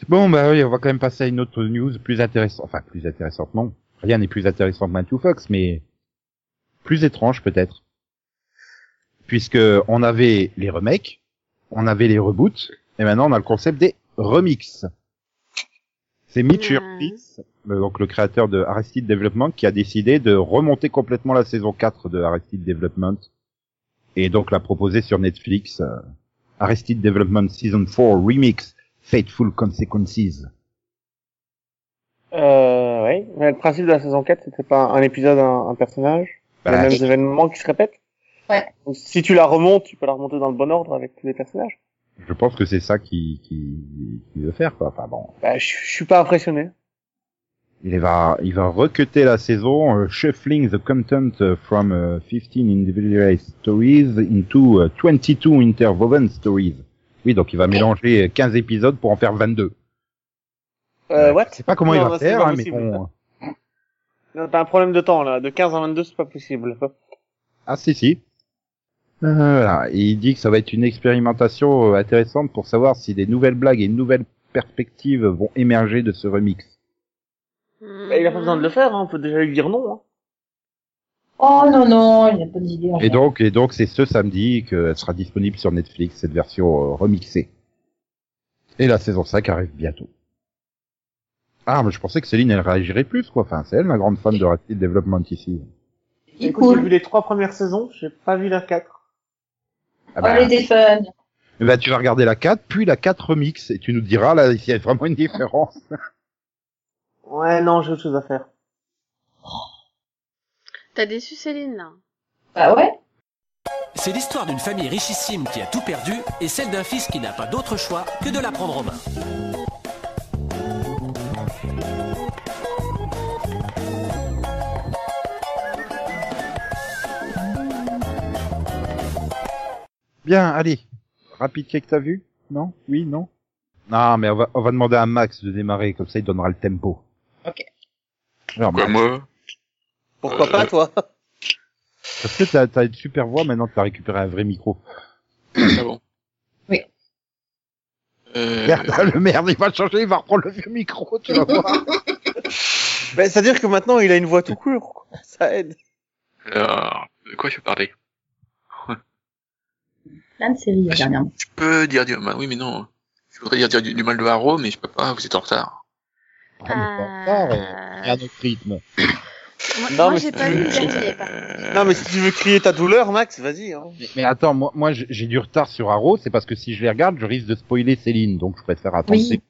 [SPEAKER 1] Bon, bah oui, on va quand même passer à une autre news plus intéressante. Enfin, plus intéressante, non. Rien n'est plus intéressant que Matthew Fox, mais plus étrange peut-être. Puisque on avait les remakes, on avait les reboots, et maintenant on a le concept des remixes. C'est Mitch
[SPEAKER 5] Ouais.
[SPEAKER 1] Hurwitz, euh, donc le créateur de Arrested Development, qui a décidé de remonter complètement la saison 4 de Arrested Development et donc la proposer sur Netflix. euh, Arrested Development Season 4 Remix Fateful Consequences.
[SPEAKER 4] Euh, ouais. Mais le principe de la saison 4, c'était pas un épisode, un, un personnage,
[SPEAKER 1] Bah,
[SPEAKER 4] les mêmes événements qui se répètent.
[SPEAKER 3] Ouais.
[SPEAKER 4] Donc, si tu la remontes, tu peux la remonter dans le bon ordre avec tous les personnages.
[SPEAKER 1] Je pense que c'est ça qui, qui, qui veut faire quoi. Enfin bon,
[SPEAKER 4] Bah, je je suis pas impressionné.
[SPEAKER 1] il va il va recuter la saison, euh, shuffling the content euh, from euh, 15 individual stories into euh, 22 interwoven stories. Oui, donc il va mélanger 15 épisodes pour en faire 22.
[SPEAKER 4] Euh, what?
[SPEAKER 1] Je sais pas comment
[SPEAKER 4] Non,
[SPEAKER 1] il va
[SPEAKER 4] bah, c'est
[SPEAKER 1] faire,
[SPEAKER 4] pas
[SPEAKER 1] hein, mais
[SPEAKER 4] possible.
[SPEAKER 1] bon.
[SPEAKER 4] Non, T'as un problème de temps, là. De 15 à 22, c'est pas possible. Bah,
[SPEAKER 1] Ah si si. Euh, voilà. Et il dit que ça va être une expérimentation euh, intéressante pour savoir si des nouvelles blagues et une nouvelle perspective vont émerger de ce remix.
[SPEAKER 4] Bah, il a pas besoin de le faire, hein. On peut déjà lui dire non, hein.
[SPEAKER 3] Oh non, non, il a pas d'idée. en
[SPEAKER 1] Et
[SPEAKER 3] fait.
[SPEAKER 1] donc et donc c'est ce samedi qu'elle sera disponible sur Netflix cette version euh, remixée. Et la saison 5 arrive bientôt. Ah mais je pensais que Céline elle réagirait plus quoi. Enfin c'est elle ma grande fan de Rapid Development ici.
[SPEAKER 3] Il est
[SPEAKER 4] Écoute, j'ai
[SPEAKER 3] cool.
[SPEAKER 4] vu les trois premières saisons, j'ai pas vu la 4.
[SPEAKER 1] Ah
[SPEAKER 3] Oh,
[SPEAKER 1] bah,
[SPEAKER 3] les téléphones.
[SPEAKER 1] bah, tu vas regarder la 4 puis la 4 remix et tu nous diras là s'il y a vraiment une différence.
[SPEAKER 4] Ouais, non, j'ai autre chose à faire.
[SPEAKER 5] T'as déçu Céline, là.
[SPEAKER 3] Bah ouais.
[SPEAKER 6] C'est l'histoire d'une famille richissime qui a tout perdu et celle d'un fils qui n'a pas d'autre choix que de la prendre en main.
[SPEAKER 1] Bien, allez. Rapide check, t'as vu Non Oui, non Non, mais on va, on va demander à Max de démarrer, comme ça il donnera le tempo.
[SPEAKER 3] Ok.
[SPEAKER 1] Alors,
[SPEAKER 2] Quoi,
[SPEAKER 1] Max,
[SPEAKER 2] moi
[SPEAKER 4] Pourquoi
[SPEAKER 2] Euh,
[SPEAKER 4] pas, toi?
[SPEAKER 1] parce que t'as, t'as une super voix, maintenant t'as récupéré un vrai micro.
[SPEAKER 2] Ah bon
[SPEAKER 3] Oui.
[SPEAKER 2] Euh,
[SPEAKER 1] Merde, le merde, il va le changer, il va reprendre le vieux micro, tu vas voir.
[SPEAKER 4] Ben, c'est-à-dire que maintenant, il a une voix tout court, quoi. Ça aide.
[SPEAKER 2] alors, de quoi je veux parler
[SPEAKER 3] Plein de séries
[SPEAKER 1] Bah,
[SPEAKER 2] Ah,
[SPEAKER 3] euh, dernièrement.
[SPEAKER 2] Je peux dire du mal, oui, mais non. Je voudrais dire du, du mal de Haro, mais je peux pas, vous êtes en retard.
[SPEAKER 5] Ah.
[SPEAKER 1] Il y a un autre rythme.
[SPEAKER 5] Moi,
[SPEAKER 4] Non,
[SPEAKER 5] moi,
[SPEAKER 4] mais
[SPEAKER 5] j'ai
[SPEAKER 4] c'est-
[SPEAKER 5] pas vu le
[SPEAKER 4] c'est-
[SPEAKER 5] dernier, par
[SPEAKER 2] Euh,
[SPEAKER 4] Non, mais si tu veux crier ta douleur, Max, vas-y, hein.
[SPEAKER 1] Mais, mais attends, moi, moi j'ai j'ai du retard sur Arrow, c'est parce que si je les regarde, je risque de spoiler Céline, donc je préfère attendre.
[SPEAKER 3] Oui.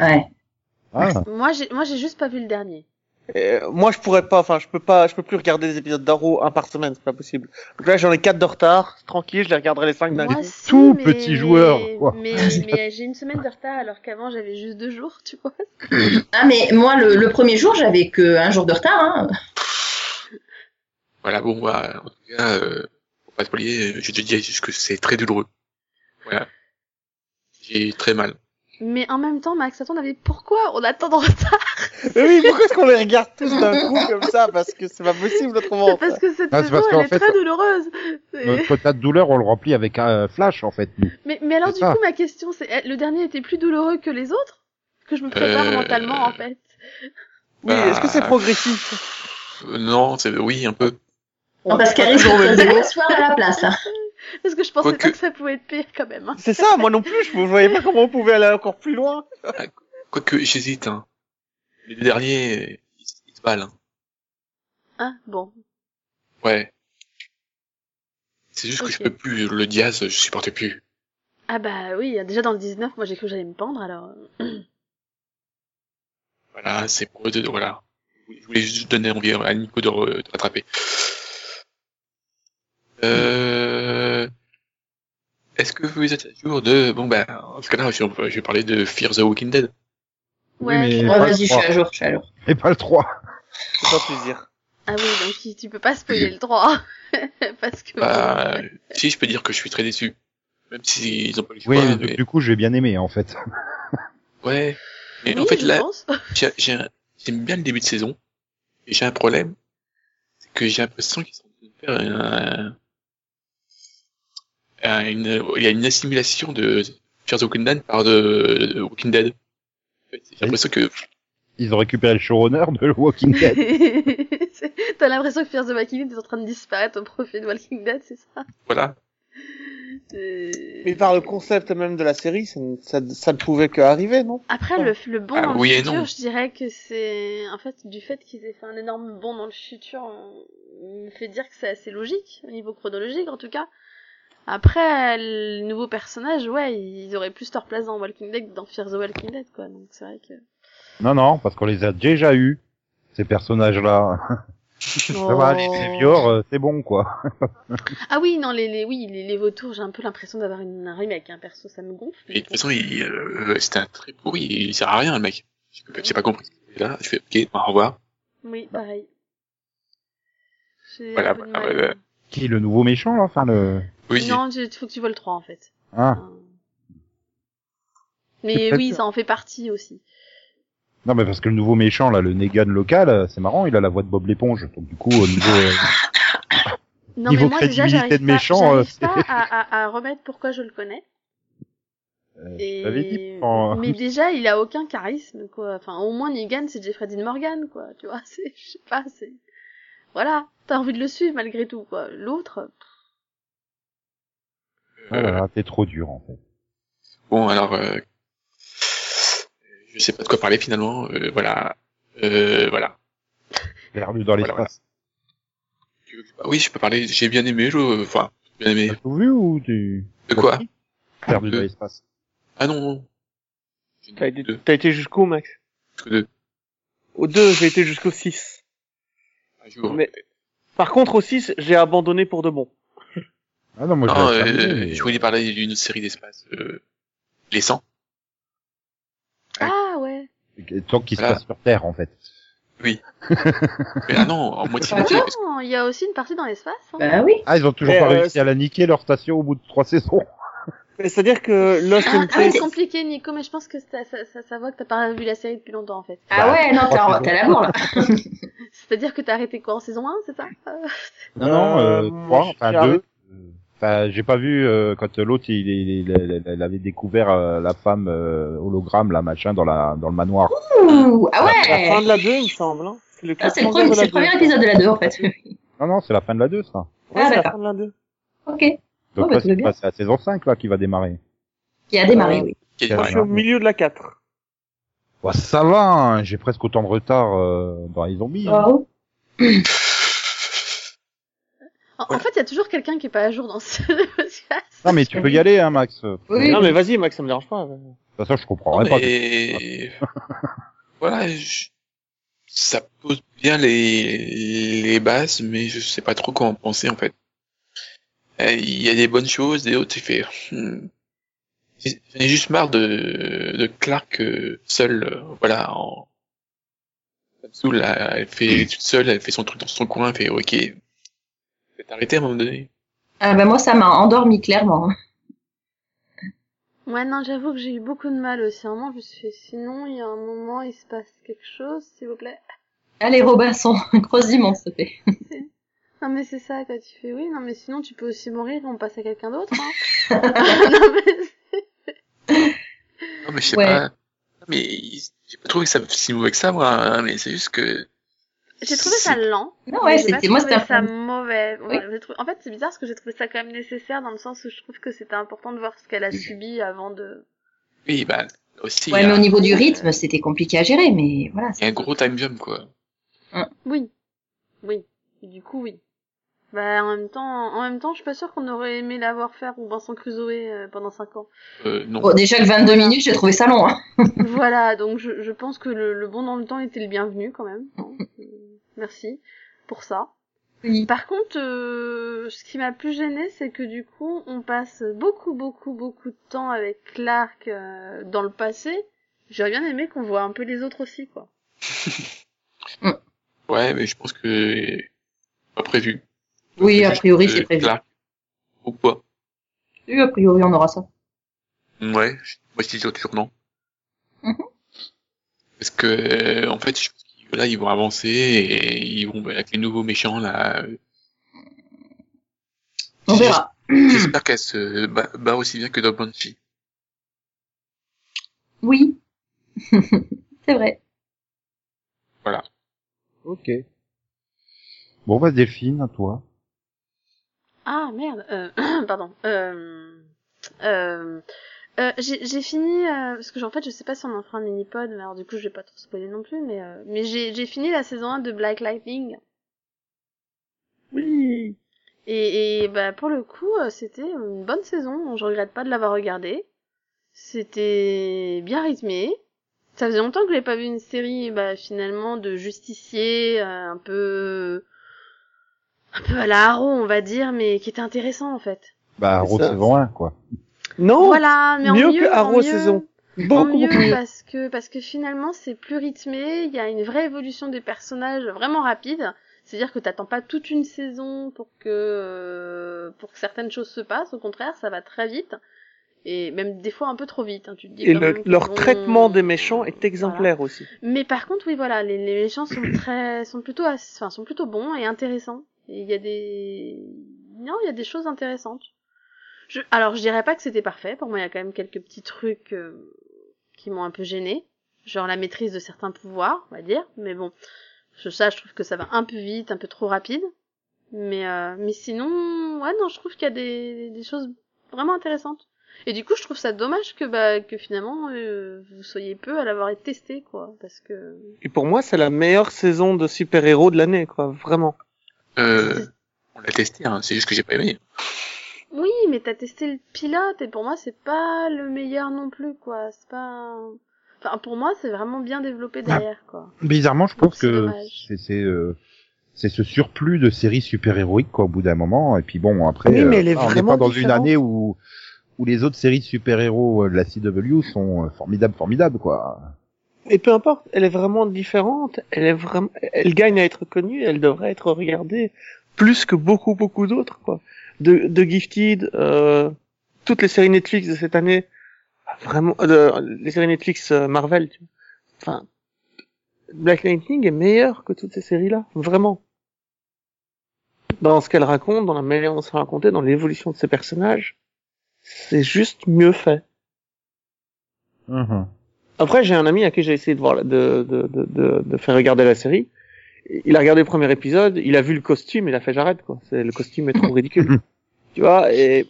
[SPEAKER 3] Ouais.
[SPEAKER 1] Ah,
[SPEAKER 5] Moi, j'ai, moi, j'ai juste pas vu le dernier.
[SPEAKER 4] Euh, moi, je pourrais pas, enfin, je peux pas, je peux plus regarder des épisodes d'Arrow un par semaine, c'est pas possible. Donc là, j'en ai quatre de retard, tranquille, je les regarderai les cinq d'un
[SPEAKER 5] Moi,
[SPEAKER 4] coup.
[SPEAKER 5] si,
[SPEAKER 1] tout
[SPEAKER 5] mais-
[SPEAKER 1] petit joueur, quoi.
[SPEAKER 5] Mais, mais j'ai une semaine de retard, alors qu'avant, j'avais juste deux jours, tu vois.
[SPEAKER 3] Ah mais moi le, le premier jour j'avais que un jour de retard. Hein.
[SPEAKER 2] Voilà, bon, bah, en tout cas, euh, pour pas spoiler, euh, je te dis juste que c'est très douloureux. Voilà. J'ai très mal.
[SPEAKER 5] Mais en même temps, Max, attends, on avait pourquoi on attend en retard
[SPEAKER 4] Mais oui, pourquoi est-ce qu'on les regarde tous d'un coup comme ça? Parce que c'est pas possible autrement.
[SPEAKER 5] Parce que cette
[SPEAKER 1] Ah, c'est
[SPEAKER 5] saison,
[SPEAKER 1] parce
[SPEAKER 5] elle
[SPEAKER 1] qu'en
[SPEAKER 5] est
[SPEAKER 1] fait,
[SPEAKER 5] très douloureuse. C'est-
[SPEAKER 1] Notre tas de douleur, on le remplit avec un euh, flash, en fait, nous.
[SPEAKER 5] Mais, mais alors,
[SPEAKER 1] c'est
[SPEAKER 5] du
[SPEAKER 1] ça.
[SPEAKER 5] coup, ma question, c'est eh, le dernier était plus douloureux que les autres Que je me prépare
[SPEAKER 2] Euh,
[SPEAKER 5] mentalement, en fait.
[SPEAKER 4] Oui, est-ce que c'est
[SPEAKER 2] Bah.
[SPEAKER 4] progressif?
[SPEAKER 2] Euh, non, c'est, oui, un peu.
[SPEAKER 3] Non, parce qu'elle
[SPEAKER 4] On est
[SPEAKER 3] risque
[SPEAKER 4] toujours au
[SPEAKER 3] de
[SPEAKER 4] même niveau.
[SPEAKER 3] s'asseoir à la place. hein.
[SPEAKER 5] Parce que je pensais
[SPEAKER 2] Quoique-
[SPEAKER 5] pas que ça pouvait être pire, quand même. hein.
[SPEAKER 4] C'est ça, moi non plus, je, je voyais pas comment on pouvait aller encore plus loin.
[SPEAKER 2] Quoique, j'hésite, hein. Les deux derniers, euh, ils, ils se valent, hein.
[SPEAKER 5] Ah, bon.
[SPEAKER 2] Ouais. C'est juste que je
[SPEAKER 5] Ok.
[SPEAKER 2] peux plus, le Diaz, je supportais plus.
[SPEAKER 5] Ah bah oui, déjà dans le 19, moi j'ai cru que j'allais me pendre, alors... euh,
[SPEAKER 2] Voilà, c'est pour eux deux, voilà. Je voulais juste donner envie à Nico de, re- de rattraper. Euh... Est-ce que vous êtes à jour de... Bon ben, en ce cas-là, je, je vais parler de Fear the Walking Dead.
[SPEAKER 5] Ouais.
[SPEAKER 1] Oui, mais pas
[SPEAKER 3] Ouais,
[SPEAKER 1] le
[SPEAKER 3] Oh, vas-y, je suis
[SPEAKER 1] 3.
[SPEAKER 3] à jour, je suis à jour.
[SPEAKER 1] Et pas le 3.
[SPEAKER 4] C'est pas plaisir.
[SPEAKER 5] Ah oui, donc tu, tu peux pas spoiler le 3. Parce que...
[SPEAKER 2] Bah, si, je peux dire que je suis très déçu. Même s'ils ont pas eu le
[SPEAKER 1] Oui, mais
[SPEAKER 2] choix, mais-
[SPEAKER 1] du coup, j'ai bien aimé, en fait.
[SPEAKER 2] Ouais. Mais
[SPEAKER 5] Oui,
[SPEAKER 2] en fait,
[SPEAKER 5] je
[SPEAKER 2] là,
[SPEAKER 5] pense.
[SPEAKER 2] j'ai- j'ai un- j'aime bien le début de saison. Et j'ai un problème. C'est que j'ai l'impression qu'ils sont en train de faire un- un- une, il y a une assimilation de Fear the Walking Dead par de, de Walking Dead. J'ai l'impression que,
[SPEAKER 1] Ils ont récupéré le showrunner de Walking Dead.
[SPEAKER 5] T'as l'impression que Fear the Walking Dead est en train de disparaître au profit de Walking Dead, c'est ça
[SPEAKER 2] voilà.
[SPEAKER 5] C'est-
[SPEAKER 4] Mais par le concept même de la série, ça, ne- ça, ne- ça ne pouvait que arriver, non
[SPEAKER 5] Après, le, le bond
[SPEAKER 2] Ah,
[SPEAKER 5] dans
[SPEAKER 2] oui
[SPEAKER 5] le
[SPEAKER 2] et
[SPEAKER 5] futur,
[SPEAKER 2] non.
[SPEAKER 5] je dirais que c'est... En fait, du fait qu'ils aient fait un énorme bond dans le futur, on- me fait dire que c'est assez logique, au niveau chronologique en tout cas. Après, les nouveaux personnages, ouais, ils auraient plus leur place dans Walking Dead que dans Fear the Walking Dead, quoi. Donc c'est vrai que...
[SPEAKER 1] Non, non, parce qu'on les a déjà eus, ces personnages-là.
[SPEAKER 5] Oh.
[SPEAKER 1] Ça va, les Sévior, euh, c'est bon, quoi.
[SPEAKER 5] Ah oui, non, les, les, oui, les, les vautours, j'ai un peu l'impression d'avoir une- un remake, hein, perso, ça me gonfle.
[SPEAKER 2] Mais de toute façon, il, euh, c'était un très pourri, il sert à rien, le mec. J'ai pas- j'ai pas compris. Et là, je fais, ok, au revoir.
[SPEAKER 5] Oui, pareil.
[SPEAKER 2] Ah.
[SPEAKER 5] J'ai un
[SPEAKER 2] Voilà, ah, bah,
[SPEAKER 5] peu de
[SPEAKER 2] voilà,
[SPEAKER 5] mal.
[SPEAKER 2] voilà.
[SPEAKER 1] Qui, le nouveau méchant, là Enfin, le...
[SPEAKER 2] Oui,
[SPEAKER 5] Non, il faut que tu vois le 3, en fait.
[SPEAKER 1] Hein
[SPEAKER 5] Enfin, Mais
[SPEAKER 1] peut-être-
[SPEAKER 5] oui, ça en fait partie aussi.
[SPEAKER 1] Non, mais parce que le nouveau méchant, là, le Negan local, euh, c'est marrant, il a la voix de Bob l'éponge. Donc, du coup, au niveau... euh,
[SPEAKER 5] Non,
[SPEAKER 1] Niveau
[SPEAKER 5] mais moi, déjà,
[SPEAKER 1] crédibilité
[SPEAKER 5] j'arrive
[SPEAKER 1] de
[SPEAKER 5] pas,
[SPEAKER 1] méchant,
[SPEAKER 5] j'arrive
[SPEAKER 1] euh,
[SPEAKER 5] pas à, à, à remettre pourquoi je le connais.
[SPEAKER 1] euh,
[SPEAKER 5] Et...
[SPEAKER 1] je l'avais dit, euh, en-
[SPEAKER 5] Mais déjà, il a aucun charisme, quoi. Enfin, au moins, Negan, c'est Jeffrey Dean Morgan, quoi. Tu vois, c'est, je sais pas, c'est... Voilà, t'as envie de le suivre malgré tout, quoi. L'autre,
[SPEAKER 1] Ah là là, t'es trop dur, en fait.
[SPEAKER 2] euh, Bon, alors, euh, je sais pas de quoi parler finalement. euh, voilà, euh, voilà.
[SPEAKER 1] Perdu dans
[SPEAKER 2] Voilà,
[SPEAKER 1] l'espace.
[SPEAKER 2] Tu veux que je- Ah Oui, je peux parler. J'ai bien aimé. Je, enfin, bien aimé.
[SPEAKER 1] T'as tout vu ou tu...
[SPEAKER 2] De quoi
[SPEAKER 1] Perdu dans
[SPEAKER 2] Euh,
[SPEAKER 1] l'espace.
[SPEAKER 2] Ah non, non.
[SPEAKER 4] T'as été,
[SPEAKER 2] Deux.
[SPEAKER 4] t'as été jusqu'où, Max
[SPEAKER 2] que deux.
[SPEAKER 4] Au 2, j'ai été jusqu'au 6.
[SPEAKER 2] Un jour.
[SPEAKER 4] Mais- Par contre, au 6, j'ai abandonné pour de bon.
[SPEAKER 1] Ah non, moi, je
[SPEAKER 2] Non,
[SPEAKER 1] l'avais
[SPEAKER 2] euh,
[SPEAKER 1] terminé, mais-
[SPEAKER 2] je voulais parler d'une autre série d'espace. Euh, les 100. Ouais.
[SPEAKER 5] Ah ouais.
[SPEAKER 1] Tant qu'il se
[SPEAKER 2] Voilà.
[SPEAKER 1] passe sur Terre, en fait.
[SPEAKER 2] Mais là, non, en moitié-moitié. Ah, parce que-
[SPEAKER 5] Non, il y a aussi une partie dans l'espace. Hein.
[SPEAKER 3] Bah oui.
[SPEAKER 1] Ah, ils ont toujours
[SPEAKER 4] Mais,
[SPEAKER 1] pas
[SPEAKER 4] euh,
[SPEAKER 1] réussi à la niquer, leur station, au bout de trois saisons.
[SPEAKER 4] Mais C'est-à-dire que Lost
[SPEAKER 5] Ah,
[SPEAKER 4] in
[SPEAKER 5] ah, c'est
[SPEAKER 4] Space,
[SPEAKER 5] compliqué, Nico, mais je pense que ça, ça, ça, ça voit que t'as pas vu la série depuis longtemps, en fait.
[SPEAKER 1] Bah,
[SPEAKER 3] Ah ouais, non, t'es en- t'es à la bourre, là.
[SPEAKER 5] C'est-à-dire que t'as arrêté quoi en saison 1, c'est ça Euh,
[SPEAKER 1] Non, non, euh,
[SPEAKER 4] moi,
[SPEAKER 1] trois,
[SPEAKER 4] je
[SPEAKER 1] enfin
[SPEAKER 4] suis
[SPEAKER 1] deux. Euh, Enfin, j'ai pas vu euh, quand l'autre il, il, il- il avait découvert euh, la femme euh, hologramme là machin dans la dans le manoir.
[SPEAKER 3] Ouh,
[SPEAKER 1] Bah,
[SPEAKER 3] ah
[SPEAKER 4] à la fin
[SPEAKER 3] ouais.
[SPEAKER 4] de la 2, il me semble. Hein. C'est le,
[SPEAKER 3] Ah, c'est le,
[SPEAKER 4] classement
[SPEAKER 3] premier-
[SPEAKER 4] de
[SPEAKER 3] c'est
[SPEAKER 4] la
[SPEAKER 3] le premier
[SPEAKER 4] 2.
[SPEAKER 3] épisode de la 2, en fait.
[SPEAKER 1] Non non, c'est la fin de la 2 ça.
[SPEAKER 4] Ouais,
[SPEAKER 3] Ah,
[SPEAKER 4] c'est la
[SPEAKER 3] d'accord.
[SPEAKER 4] fin de la 2.
[SPEAKER 3] Ok. Qui
[SPEAKER 1] Donc là,
[SPEAKER 3] Oh, bah, tout va
[SPEAKER 1] c'est
[SPEAKER 3] bien.
[SPEAKER 1] bah, c'est la saison 5 là qui va démarrer.
[SPEAKER 3] a démarré,
[SPEAKER 4] Euh,
[SPEAKER 3] oui.
[SPEAKER 2] Ok,
[SPEAKER 1] Ouais.
[SPEAKER 4] Moi, je
[SPEAKER 2] ouais.
[SPEAKER 4] suis au milieu de la 4.
[SPEAKER 1] Bah, ça va, hein, j'ai presque autant de retard euh, dans les zombies.
[SPEAKER 4] Oh.
[SPEAKER 1] hein.
[SPEAKER 3] Bravo.
[SPEAKER 5] En, en fait, il y a toujours quelqu'un qui est pas à jour dans ce podcast.
[SPEAKER 1] Non mais tu peux y aller hein Max. De
[SPEAKER 3] Oui.
[SPEAKER 4] Non, mais vas-y, Max, ça me dérange pas.
[SPEAKER 1] toute façon, je comprends rien pas.
[SPEAKER 2] Mais- voilà, je- ça pose bien les... les bases, mais je sais pas trop quoi en penser en fait. Euh, Il y a des bonnes choses, des autres, il fait. hmm. J'ai- J'en ai juste marre de, de Clark euh, seul, euh, voilà, en. comme Sue, là, elle fait toute seule, elle fait son truc dans son coin, elle fait ok. Peut-être arrêter à un moment donné.
[SPEAKER 3] Ah bah moi, ça m'a endormi, clairement.
[SPEAKER 5] Ouais, non, j'avoue que j'ai eu beaucoup de mal aussi. À un moment, je me suis fait, sinon, il y a un moment, il se passe quelque chose, s'il vous plaît.
[SPEAKER 3] Allez, Robinson, grosse dimanche, s'il te plaît.
[SPEAKER 5] Non, mais c'est ça, quoi. Tu fais, oui, non, mais sinon, tu peux aussi mourir, on passe à quelqu'un d'autre, hein. non, mais
[SPEAKER 2] Non, mais je sais
[SPEAKER 3] Ouais.
[SPEAKER 2] pas. Non, Mais j'ai pas trouvé que ça si mauvais que ça, moi, hein, mais c'est juste que.
[SPEAKER 5] J'ai trouvé ça
[SPEAKER 2] C'est-
[SPEAKER 5] lent.
[SPEAKER 3] Non, ouais,
[SPEAKER 5] Mais j'ai pas
[SPEAKER 3] c'était, moi,
[SPEAKER 5] trouvé
[SPEAKER 3] c'était un
[SPEAKER 5] ça
[SPEAKER 3] film.
[SPEAKER 5] mauvais. Ouais,
[SPEAKER 3] Oui.
[SPEAKER 5] j'ai trouvé- En fait, c'est bizarre parce que j'ai trouvé ça quand même nécessaire dans le sens où je trouve que c'était important de voir ce qu'elle a subi avant de.
[SPEAKER 2] Oui, bah, aussi, il
[SPEAKER 3] Ouais,
[SPEAKER 2] y,
[SPEAKER 3] mais
[SPEAKER 2] a-
[SPEAKER 3] au niveau du rythme, c'était compliqué à gérer, mais voilà.
[SPEAKER 2] il y a
[SPEAKER 3] c'est-
[SPEAKER 2] un gros time jump, quoi.
[SPEAKER 5] Oui. Oui. Du coup, oui. Bah, en même temps, en même temps, je suis pas sûre qu'on aurait aimé l'avoir faire ou Vincent Crusoe euh, pendant 5 ans.
[SPEAKER 2] Euh, non.
[SPEAKER 3] Bon, déjà que 22 minutes, j'ai trouvé ça long, hein.
[SPEAKER 5] voilà, donc je, je pense que le, le bon dans le temps était le bienvenu quand même. hein. Euh, Merci pour ça.
[SPEAKER 3] Oui.
[SPEAKER 5] Par contre, euh, ce qui m'a plus gêné, c'est que du coup, on passe beaucoup, beaucoup, beaucoup de temps avec Clark euh, dans le passé. J'aurais bien aimé qu'on voit un peu les autres aussi, quoi.
[SPEAKER 2] Ouais, mais je pense que. Pas prévu.
[SPEAKER 3] Oui, a
[SPEAKER 2] Juste,
[SPEAKER 3] priori,
[SPEAKER 2] euh,
[SPEAKER 3] c'est prévu.
[SPEAKER 2] Clark. Ou quoi
[SPEAKER 3] Oui, a priori, on aura ça.
[SPEAKER 2] Ouais, je- moi, je dis toujours non.
[SPEAKER 3] Mhm.
[SPEAKER 2] Parce que, euh, en fait, je pense que là, ils vont avancer et ils vont, bah, avec les nouveaux méchants, là. euh,
[SPEAKER 3] On
[SPEAKER 2] j'ai-
[SPEAKER 3] verra.
[SPEAKER 2] J'espère qu'elle se ba- bat aussi bien que dans Banshee.
[SPEAKER 3] Oui. c'est vrai.
[SPEAKER 1] Ok. Bon, vas-y, défine, toi.
[SPEAKER 5] Ah merde, euh, pardon. Euh, Euh, euh, j'ai j'ai fini euh, parce que en fait je sais pas si on en fera un mini pod mais alors du coup je vais pas trop spoiler non plus mais euh, mais j'ai j'ai fini la saison 1 de Black Lightning
[SPEAKER 4] Oui.
[SPEAKER 5] et et bah pour le coup euh, c'était une bonne saison je regrette pas de l'avoir regardée c'était bien rythmé ça faisait longtemps que j'avais pas vu une série bah finalement de justiciers euh, un peu un peu à Euh, la Arrow on va dire mais qui était intéressant en fait
[SPEAKER 1] Bah,
[SPEAKER 4] C'est ça.
[SPEAKER 1] recevant un, quoi.
[SPEAKER 4] Non.
[SPEAKER 5] voilà mais en
[SPEAKER 4] Oh, mieux
[SPEAKER 5] mieux
[SPEAKER 4] que
[SPEAKER 5] en
[SPEAKER 4] Arrow
[SPEAKER 5] mieux.
[SPEAKER 4] saison.
[SPEAKER 5] En
[SPEAKER 4] Beaucoup,
[SPEAKER 5] mieux
[SPEAKER 4] beaucoup mieux.
[SPEAKER 5] parce que parce que finalement c'est plus rythmé, il y a une vraie évolution des personnages vraiment rapide. C'est-à-dire que t'attends pas toute une saison pour que euh, pour que certaines choses se passent. Au contraire, ça va très vite et même des fois un peu trop vite. hein. Tu te dis
[SPEAKER 4] Et
[SPEAKER 5] quand
[SPEAKER 4] le-
[SPEAKER 5] même qu'ils
[SPEAKER 4] leur
[SPEAKER 5] vont-
[SPEAKER 4] traitement des méchants est
[SPEAKER 5] euh, Voilà.
[SPEAKER 4] exemplaire aussi.
[SPEAKER 5] Mais par contre, oui, voilà, les, les méchants sont très sont plutôt ass- enfin sont plutôt bons et intéressants. Et il y a des non, il y a des choses intéressantes. Je... Alors, je dirais pas que c'était parfait. Pour moi, il y a quand même quelques petits trucs euh, qui m'ont un peu gêné, genre la maîtrise de certains pouvoirs, on va dire. Mais bon, je- ça, je trouve que ça va un peu vite, un peu trop rapide. Mais euh, mais sinon, ouais, non, je trouve qu'il y a des des choses vraiment intéressantes. Et du coup, je trouve ça dommage que bah que finalement euh, vous soyez peu à l'avoir testé quoi, parce que
[SPEAKER 4] Et pour moi, c'est la meilleure saison de super-héros de l'année, quoi. Vraiment.
[SPEAKER 2] Euh, on l'a testé, hein, c'est juste que j'ai pas aimé.
[SPEAKER 5] Oui, mais t'as testé le pilote et pour moi c'est pas le meilleur non plus quoi. C'est pas. Enfin pour moi c'est vraiment bien développé derrière quoi.
[SPEAKER 1] Bizarrement, je
[SPEAKER 5] Donc,
[SPEAKER 4] Oh,
[SPEAKER 1] pense
[SPEAKER 5] c'est
[SPEAKER 1] que
[SPEAKER 5] dommage.
[SPEAKER 1] c'est c'est euh, c'est ce surplus de séries super-héroïques quoi au bout d'un moment et puis bon après euh,
[SPEAKER 4] Oui, mais elle est
[SPEAKER 1] on n'est
[SPEAKER 4] vraiment
[SPEAKER 1] pas dans une
[SPEAKER 4] différente.
[SPEAKER 1] année où où les autres séries de super-héros euh, de la CW sont euh, formidables formidables quoi.
[SPEAKER 4] Et peu importe, elle est vraiment différente. Elle est vraiment, elle gagne à être connue. Elle devrait être regardée plus que beaucoup, beaucoup d'autres, quoi. De, de Gifted, euh, toutes les séries Netflix de cette année, vraiment, euh, de- les séries Netflix euh, Marvel, tu vois. Enfin, Black Lightning est meilleure que toutes ces séries-là, vraiment. Dans ce qu'elle raconte, dans la manière dont c'est raconté, dans l'évolution de ses personnages, c'est juste mieux fait. Après, j'ai un ami à qui j'ai essayé de voir, la- de, de, de, de, de faire regarder la série. Il a regardé le premier épisode, il a vu le costume, il a fait j'arrête quoi. C'est le costume est trop ridicule, tu vois. Et,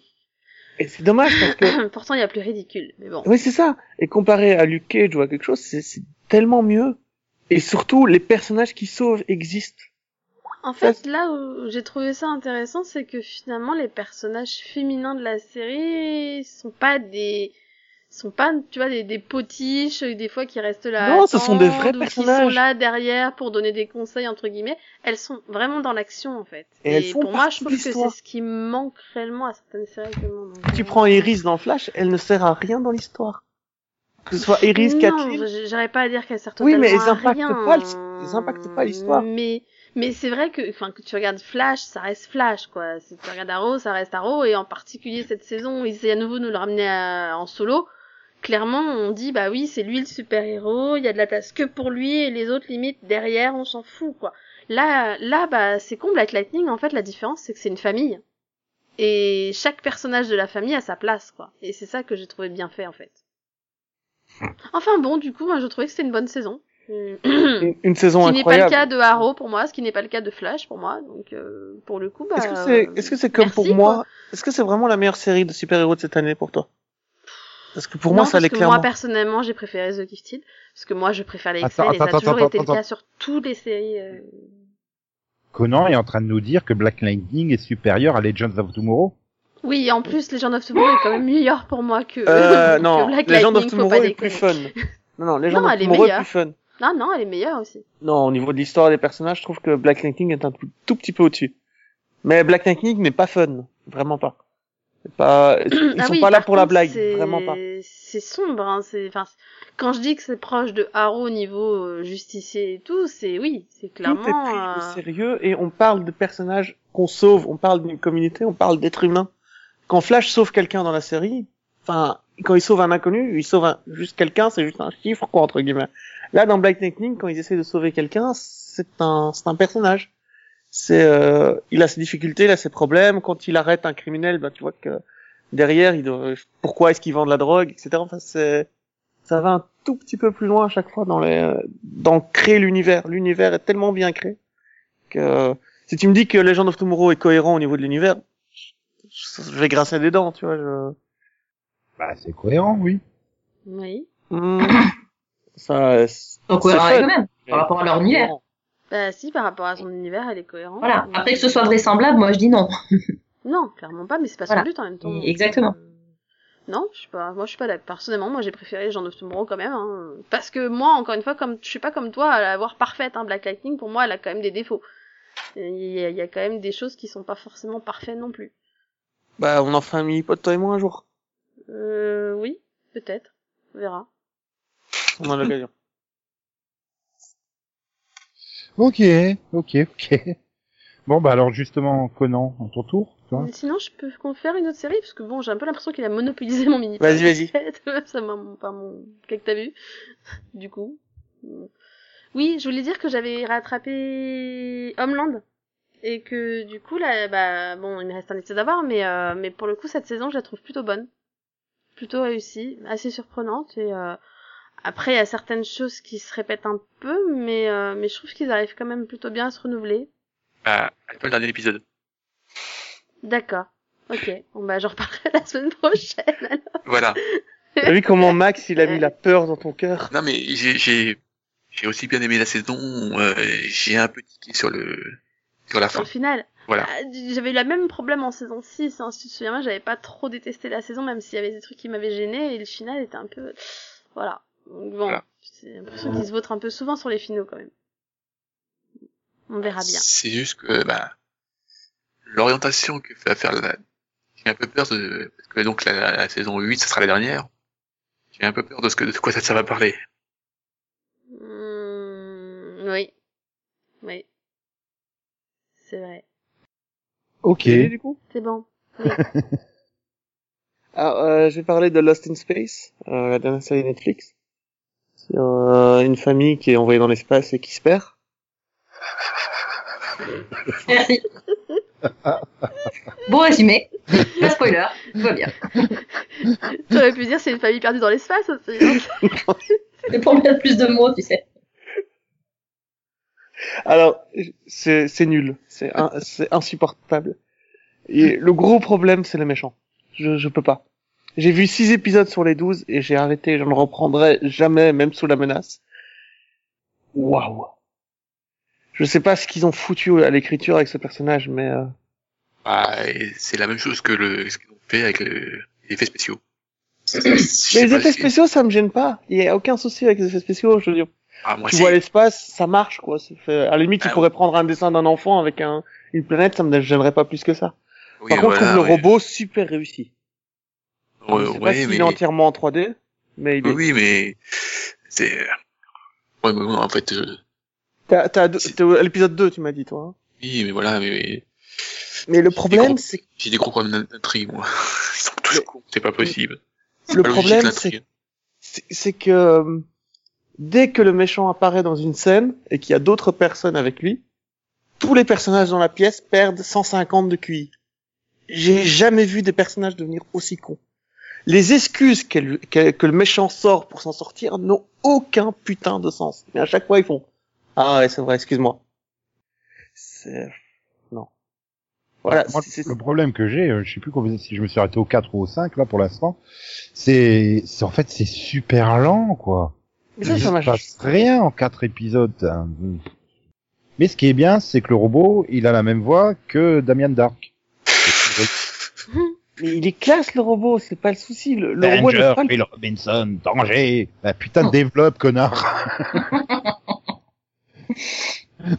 [SPEAKER 4] et c'est dommage parce que
[SPEAKER 5] Pourtant il y a plus ridicule. Mais bon.
[SPEAKER 4] oui c'est ça. Et comparé à Luke Cage ou à quelque chose, c'est c'est tellement mieux. Et surtout, les personnages qui sauvent existent.
[SPEAKER 5] En fait là où j'ai trouvé ça intéressant c'est que finalement les personnages féminins de la série sont pas des sont pas tu vois des, des potiches euh, des fois qui restent là à
[SPEAKER 4] Non, ce sont des
[SPEAKER 5] attendre
[SPEAKER 4] vrais
[SPEAKER 5] ou qui
[SPEAKER 4] personnages.
[SPEAKER 5] sont là derrière pour donner des conseils entre guillemets elles sont vraiment dans l'action en fait
[SPEAKER 4] Et elles font
[SPEAKER 5] pour moi
[SPEAKER 4] partie
[SPEAKER 5] je
[SPEAKER 4] de
[SPEAKER 5] trouve que c'est
[SPEAKER 4] l'histoire.
[SPEAKER 5] ce qui manque réellement à certaines séries actuellement donc,
[SPEAKER 4] Tu
[SPEAKER 5] euh,
[SPEAKER 4] prends Iris dans Flash, elle ne sert à rien dans l'histoire. Que ce soit Iris,
[SPEAKER 5] non,
[SPEAKER 4] Kathleen,
[SPEAKER 5] j- j'arrive pas à dire qu'elle sert
[SPEAKER 4] Oui,
[SPEAKER 5] totalement
[SPEAKER 4] mais elles
[SPEAKER 5] à
[SPEAKER 4] impactent
[SPEAKER 5] rien.
[SPEAKER 4] pas l'his- elles impactent pas l'histoire.
[SPEAKER 5] Mais mais c'est vrai que enfin que tu regardes Flash, ça reste Flash quoi. Si tu regardes Arrow, ça reste Arrow et en particulier cette saison, ils essaient à nouveau de nous le ramener à- en solo. Clairement, on dit bah oui, c'est lui le super-héros, il y a de la place que pour lui et les autres limites derrière, on s'en fout quoi. Là là bah c'est con Black Lightning en fait la différence c'est que c'est une famille. Et chaque personnage de la famille a sa place quoi. Et c'est ça que j'ai trouvé bien fait en fait. Enfin bon, du coup, moi, je trouvais que c'était une bonne saison. Euh,
[SPEAKER 4] une, une saison
[SPEAKER 5] qui n'est pas le
[SPEAKER 4] incroyable.
[SPEAKER 5] cas de Arrow pour moi, ce qui n'est pas le cas de Flash pour moi. Donc, euh, pour le coup, bah.
[SPEAKER 4] Est-ce que c'est
[SPEAKER 5] euh,
[SPEAKER 4] est-ce que c'est comme
[SPEAKER 5] merci,
[SPEAKER 4] pour moi Est-ce que c'est vraiment la meilleure série de super-héros de cette année pour toi Parce que pour moi
[SPEAKER 5] Non,
[SPEAKER 4] ça
[SPEAKER 5] parce
[SPEAKER 4] l'est
[SPEAKER 5] que
[SPEAKER 4] clairement.
[SPEAKER 5] Moi, personnellement, j'ai préféré The Gifted. Parce que moi, je préfère les
[SPEAKER 1] Attends,
[SPEAKER 5] X-Files et ça a
[SPEAKER 1] attends,
[SPEAKER 5] toujours
[SPEAKER 1] attends,
[SPEAKER 5] été
[SPEAKER 1] attends,
[SPEAKER 5] le cas sur toutes les séries. euh.
[SPEAKER 1] Conan est en train de nous dire que Black Lightning est supérieur à Legends of Tomorrow.
[SPEAKER 5] Oui, et en plus, Legend of Tomorrow est quand même meilleur pour moi que.
[SPEAKER 4] Euh,
[SPEAKER 5] que
[SPEAKER 4] non,
[SPEAKER 5] Black
[SPEAKER 4] Legend of
[SPEAKER 5] Lightning, faut pas
[SPEAKER 4] Tomorrow est plus
[SPEAKER 5] déconner.
[SPEAKER 4] fun. Non, non, Legend
[SPEAKER 5] Non,
[SPEAKER 4] of
[SPEAKER 5] elle est
[SPEAKER 4] Tomorrow est
[SPEAKER 5] meilleure.
[SPEAKER 4] plus fun.
[SPEAKER 5] Non, non, elle est meilleure aussi.
[SPEAKER 4] Non, au niveau de l'histoire des personnages, je trouve que Black Lightning est un tout, tout petit peu au-dessus. Mais Black Lightning n'est pas fun, vraiment pas. C'est pas, ils
[SPEAKER 5] Ah
[SPEAKER 4] sont
[SPEAKER 5] oui,
[SPEAKER 4] pas là
[SPEAKER 5] par
[SPEAKER 4] pour la
[SPEAKER 5] contre,
[SPEAKER 4] blague,
[SPEAKER 5] c'est-
[SPEAKER 4] vraiment pas.
[SPEAKER 5] C'est sombre, hein, c'est, enfin, c'est- quand je dis que c'est proche de Arrow au niveau euh, justicier et tout, c'est oui, c'est
[SPEAKER 4] Tout est pris
[SPEAKER 5] clairement.
[SPEAKER 4] au
[SPEAKER 5] euh,
[SPEAKER 4] sérieux et on parle de personnages qu'on sauve, on parle d'une communauté, on parle d'êtres humains. Quand Flash sauve quelqu'un dans la série, enfin, quand il sauve un inconnu, il sauve un- juste quelqu'un, c'est juste un chiffre, quoi, entre guillemets. Là, dans Black Lightning, quand ils essaient de sauver quelqu'un, c'est un, c'est un personnage. C'est, euh, il a ses difficultés, il a ses problèmes. Quand il arrête un criminel, bah, tu vois que derrière, il doit- pourquoi est-ce qu'il vend de la drogue, etc. Enfin, c'est, ça va un tout petit peu plus loin à chaque fois dans les, euh, dans créer l'univers. L'univers est tellement bien créé que si tu me dis que Legend of Tomorrow est cohérent au niveau de l'univers, je je vais grincer des dents, tu vois. Je...
[SPEAKER 1] Bah, c'est cohérent, oui.
[SPEAKER 5] Oui.
[SPEAKER 4] Hmm. Ça, euh, c'est
[SPEAKER 3] Donc, ouais,
[SPEAKER 4] fun.
[SPEAKER 3] quand même, par rapport à leur univers.
[SPEAKER 5] Bah si, par rapport à son univers, elle est cohérente.
[SPEAKER 3] Voilà.
[SPEAKER 5] Mais-
[SPEAKER 3] Après que ce soit vraisemblable, moi je dis non.
[SPEAKER 5] Non, clairement pas, mais c'est pas
[SPEAKER 3] Voilà.
[SPEAKER 5] son but en même temps.
[SPEAKER 3] Exactement.
[SPEAKER 5] Euh, Non, je suis pas. Moi, je suis pas d'accord. Personnellement, moi, j'ai préféré Jean of Tomorrow quand même, hein. parce que moi, encore une fois, comme je suis pas comme toi à la voir parfaite, hein, Black Lightning, pour moi, elle a quand même des défauts. Il y, a, il y a quand même des choses qui sont pas forcément parfaites non plus.
[SPEAKER 4] Bah, on en fait un mini pot toi et moi un jour.
[SPEAKER 5] Euh, oui, peut-être, on verra.
[SPEAKER 4] On a l'occasion.
[SPEAKER 1] Ok, ok, ok. Bon, bah alors justement, Conan, à ton tour, toi.
[SPEAKER 5] Mais sinon, je peux qu'on faire une autre série, parce que bon, j'ai un peu l'impression qu'il a monopolisé mon mini.
[SPEAKER 4] Vas-y, vas-y.
[SPEAKER 5] Ça m'a pas mon. Qu'est-ce que t'as vu Du coup. Oui, je voulais dire que j'avais rattrapé Homeland. Et que du coup, là, bah, bon, il me reste un épisode à voir, mais, euh, mais pour le coup, cette saison, je la trouve plutôt bonne. Plutôt réussie, assez surprenante. Et euh, après, il y a certaines choses qui se répètent un peu, mais, euh, mais je trouve qu'ils arrivent quand même plutôt bien à se renouveler.
[SPEAKER 2] Bah, attends le dernier épisode.
[SPEAKER 5] D'accord. Ok. Bon, bah, j'en reparlerai la semaine prochaine.
[SPEAKER 2] Voilà.
[SPEAKER 4] T'as vu comment Max, il a mis la peur dans ton cœur
[SPEAKER 2] Non, mais j'ai, j'ai, j'ai aussi bien aimé la saison. euh, j'ai un peu tiqué sur le, sur la
[SPEAKER 5] Sur
[SPEAKER 2] fin.
[SPEAKER 5] le final.
[SPEAKER 2] Voilà.
[SPEAKER 5] Ah, d- J'avais eu le même problème en saison 6, hein, si tu te souviens, bien, j'avais pas trop détesté la saison, même s'il y avait des trucs qui m'avaient gêné, et le final était un peu... Voilà. Donc bon,
[SPEAKER 2] Voilà.
[SPEAKER 5] j'ai l'impression qu'ils se votent un peu souvent sur les finaux, quand même. On verra Ah, bien.
[SPEAKER 2] C'est juste que, bah, l'orientation que va faire la, j'ai un peu peur de, parce que donc la, la- la saison 8, ça sera la dernière. J'ai un peu peur de ce que, de quoi ça, ça va parler.
[SPEAKER 5] Hmm, oui. Oui. C'est vrai.
[SPEAKER 1] Ok.
[SPEAKER 4] T'as vu, du coup
[SPEAKER 5] C'est bon.
[SPEAKER 4] Alors, euh, je vais parler de Lost in Space, euh, la dernière série Netflix. C'est euh, une famille qui est envoyée dans l'espace et qui se perd.
[SPEAKER 3] Merci. bon résumé. Pas spoiler. Tout va bien.
[SPEAKER 5] Tu aurais pu dire c'est une famille perdue dans l'espace aussi. hein.
[SPEAKER 3] C'est pour mettre plus de mots, tu sais.
[SPEAKER 4] Alors, je- c'est c'est nul, c'est in- c'est insupportable. Et le gros problème, c'est les méchants. Je, je peux pas. J'ai vu six épisodes sur les 12 et j'ai arrêté, je ne reprendrai jamais, même sous la menace. Waouh. Je sais pas ce qu'ils ont foutu à l'écriture avec ce personnage, mais euh,
[SPEAKER 2] Bah, et c'est la même chose que le, ce qu'ils ont fait avec le, les effets spéciaux.
[SPEAKER 4] mais les effets spéciaux, ça me gêne pas. Il y a aucun souci avec les effets spéciaux. Je veux dire,
[SPEAKER 2] Ah, moi,
[SPEAKER 4] tu
[SPEAKER 2] si.
[SPEAKER 4] vois l'espace, ça marche quoi. C'est fait- À la limite, tu
[SPEAKER 2] Ah,
[SPEAKER 4] pourrais prendre un dessin d'un enfant avec un, une planète, ça me gênerait pas plus que ça.
[SPEAKER 2] Oui,
[SPEAKER 4] Par contre, je
[SPEAKER 2] voilà,
[SPEAKER 4] trouve le
[SPEAKER 2] ouais.
[SPEAKER 4] robot super réussi.
[SPEAKER 2] Ouais,
[SPEAKER 4] je sais pas
[SPEAKER 2] Euh, ouais,
[SPEAKER 4] s'il
[SPEAKER 2] mais...
[SPEAKER 4] est entièrement en 3D, mais il est...
[SPEAKER 2] Oui, mais c'est. Ouais, mais bon, en fait, euh,
[SPEAKER 4] T'as- t'as- t'es à l'épisode 2, tu m'as dit, toi. hein.
[SPEAKER 2] oui, mais voilà, mais- mais
[SPEAKER 4] Mais le
[SPEAKER 2] Des
[SPEAKER 4] problème,
[SPEAKER 2] gros-
[SPEAKER 4] c'est
[SPEAKER 2] j'ai des gros problèmes d'intrigue, moi. Ils sont tous
[SPEAKER 4] Mais-
[SPEAKER 2] cons, c'est pas possible. C'est
[SPEAKER 4] le
[SPEAKER 2] pas logique,
[SPEAKER 4] problème,
[SPEAKER 2] l'intrigue.
[SPEAKER 4] c'est- c'est que euh, dès que le méchant apparaît dans une scène et qu'il y a d'autres personnes avec lui, tous les personnages dans la pièce perdent 150 de QI. J'ai jamais vu des personnages devenir aussi cons. Les excuses qu'elle- qu'elle- que le méchant sort pour s'en sortir n'ont aucun putain de sens. Mais à chaque fois, ils font Ah ouais, c'est vrai, excuse-moi. C'est... Non. Voilà,
[SPEAKER 1] Moi,
[SPEAKER 4] c'est- c'est-
[SPEAKER 1] le problème que j'ai, euh, je sais plus combien- si je me suis arrêté au 4 ou au 5 là pour l'instant, c'est, c'est- en fait c'est super lent quoi.
[SPEAKER 4] Mais ça,
[SPEAKER 1] Il
[SPEAKER 4] ça m'a...
[SPEAKER 1] se passe rien en 4 épisodes. hein. Mais ce qui est bien, c'est que le robot, il a la même voix que Damien Dark.
[SPEAKER 4] Mais il est classe, le robot, c'est pas le souci. Le, le robot n'est
[SPEAKER 1] Danger,
[SPEAKER 4] pas le-
[SPEAKER 1] Will Robinson, danger. Bah, putain,
[SPEAKER 4] Oh.
[SPEAKER 1] de développe, connard.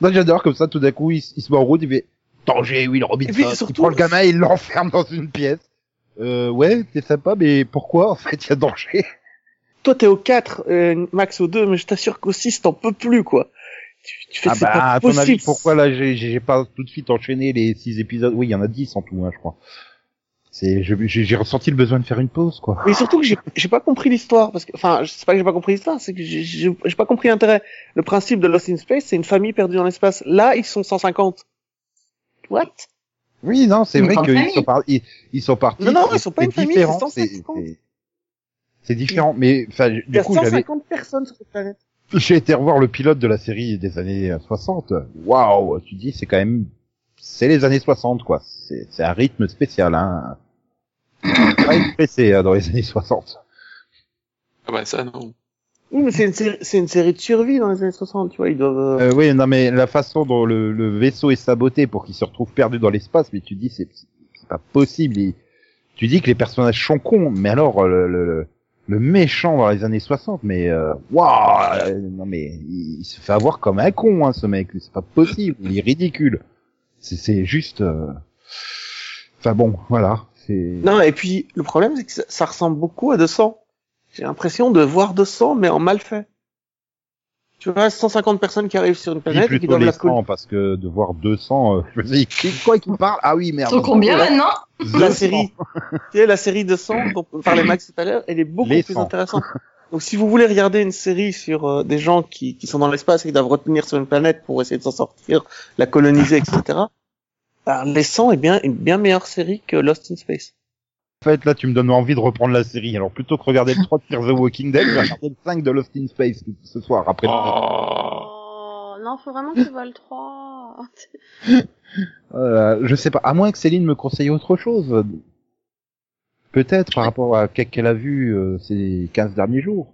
[SPEAKER 1] non, j'adore comme ça, tout d'un coup, il, s- il se met en route, il fait danger, Will Robinson.
[SPEAKER 4] puis, surtout-
[SPEAKER 1] il prend le gamin, il l'enferme dans une pièce. Euh, ouais, c'est sympa, mais pourquoi, en fait, il y a danger?
[SPEAKER 4] Toi, t'es au 4, euh, max au 2, mais je t'assure qu'au 6, t'en peux plus, quoi. Tu, tu fais
[SPEAKER 1] Ah
[SPEAKER 4] c'est
[SPEAKER 1] bah,
[SPEAKER 4] pas
[SPEAKER 1] à ton
[SPEAKER 4] possible.
[SPEAKER 1] avis, pourquoi là, j'ai- j'ai j'ai pas tout de suite enchaîné les six épisodes Oui, il y en a 10 en tout, hein, je crois. C'est, je- j'ai j'ai ressenti le besoin de faire une pause, quoi.
[SPEAKER 4] Mais surtout que j'ai- j'ai pas compris l'histoire, parce que, enfin, c'est pas que j'ai pas compris l'histoire, c'est que j'ai- j'ai j'ai pas compris l'intérêt. Le principe de Lost in Space, c'est une famille perdue dans l'espace. Là, ils sont 150. What?
[SPEAKER 1] Oui, non, c'est
[SPEAKER 3] Une
[SPEAKER 1] vrai
[SPEAKER 3] grande
[SPEAKER 1] qu'ils
[SPEAKER 3] famille.
[SPEAKER 1] sont, par- ils, ils sont partis.
[SPEAKER 4] Non, non,
[SPEAKER 1] et
[SPEAKER 4] ils sont pas
[SPEAKER 1] c'est
[SPEAKER 4] une famille,
[SPEAKER 1] différent,
[SPEAKER 4] c'est 150.
[SPEAKER 1] c'est- C'est différent, mais enfin,
[SPEAKER 4] Il y
[SPEAKER 1] du
[SPEAKER 4] a
[SPEAKER 1] coup, j'avais,
[SPEAKER 4] 150 personnes sur cette planète.
[SPEAKER 1] j'ai été revoir le pilote de la série des années euh, 60. Waouh, tu dis, c'est quand même, c'est les années 60, quoi. C'est c'est un rythme spécial, hein. pas être pressé hein, dans les années 60.
[SPEAKER 2] Ah bah ça, non.
[SPEAKER 4] Oui, mais c'est une, série- c'est une série de survie dans les années 60, tu vois, ils doivent... euh,
[SPEAKER 1] Euh, oui, non, mais la façon dont le, le vaisseau est saboté pour qu'il se retrouve perdu dans l'espace, mais tu dis c'est c'est pas possible. Il- tu dis que les personnages sont cons, mais alors euh, le, le, le méchant dans les années 60, mais euh, waouh, euh, non mais il, il se fait avoir comme un con, hein, ce mec. C'est pas possible, il est ridicule. C'est- C'est juste. euh, Enfin bon, voilà. C'est.
[SPEAKER 4] Non, et puis, le problème, c'est que ça, ça ressemble beaucoup à 200. J'ai l'impression de voir 200, mais en mal fait. Tu vois, 150 personnes qui arrivent sur une
[SPEAKER 1] Je dis
[SPEAKER 4] planète et qui
[SPEAKER 1] plutôt
[SPEAKER 4] doivent
[SPEAKER 1] les
[SPEAKER 4] la col-
[SPEAKER 1] 100 parce que de voir 200, euh, je me dis qui- quoi qu'il parle Ah oui, merde.
[SPEAKER 3] Ils sont combien
[SPEAKER 4] Ouais.
[SPEAKER 3] maintenant
[SPEAKER 4] La
[SPEAKER 1] 200.
[SPEAKER 4] série, tu sais, la série 200 dont on parlait Max tout à l'heure, elle est beaucoup
[SPEAKER 1] Les
[SPEAKER 4] plus
[SPEAKER 1] 100.
[SPEAKER 4] intéressante. Donc, si vous voulez regarder une série sur euh, des gens qui, qui sont dans l'espace et qui doivent retenir sur une planète pour essayer de s'en sortir, la coloniser, etc., bah, les 100 est bien une bien meilleure série que Lost in Space.
[SPEAKER 1] En fait, là, tu me donnes envie de reprendre la série. Alors, plutôt que regarder le 3 de Fear the Walking Dead, je vais regarder le 5 de Lost in Space ce soir, après. Oh,
[SPEAKER 2] Oh.
[SPEAKER 5] Oh, non, faut vraiment que tu vois le 3.
[SPEAKER 1] Euh, je sais pas. À moins que Céline me conseille autre chose. Peut-être par rapport à ce qu'elle a vu euh, ces 15 derniers jours.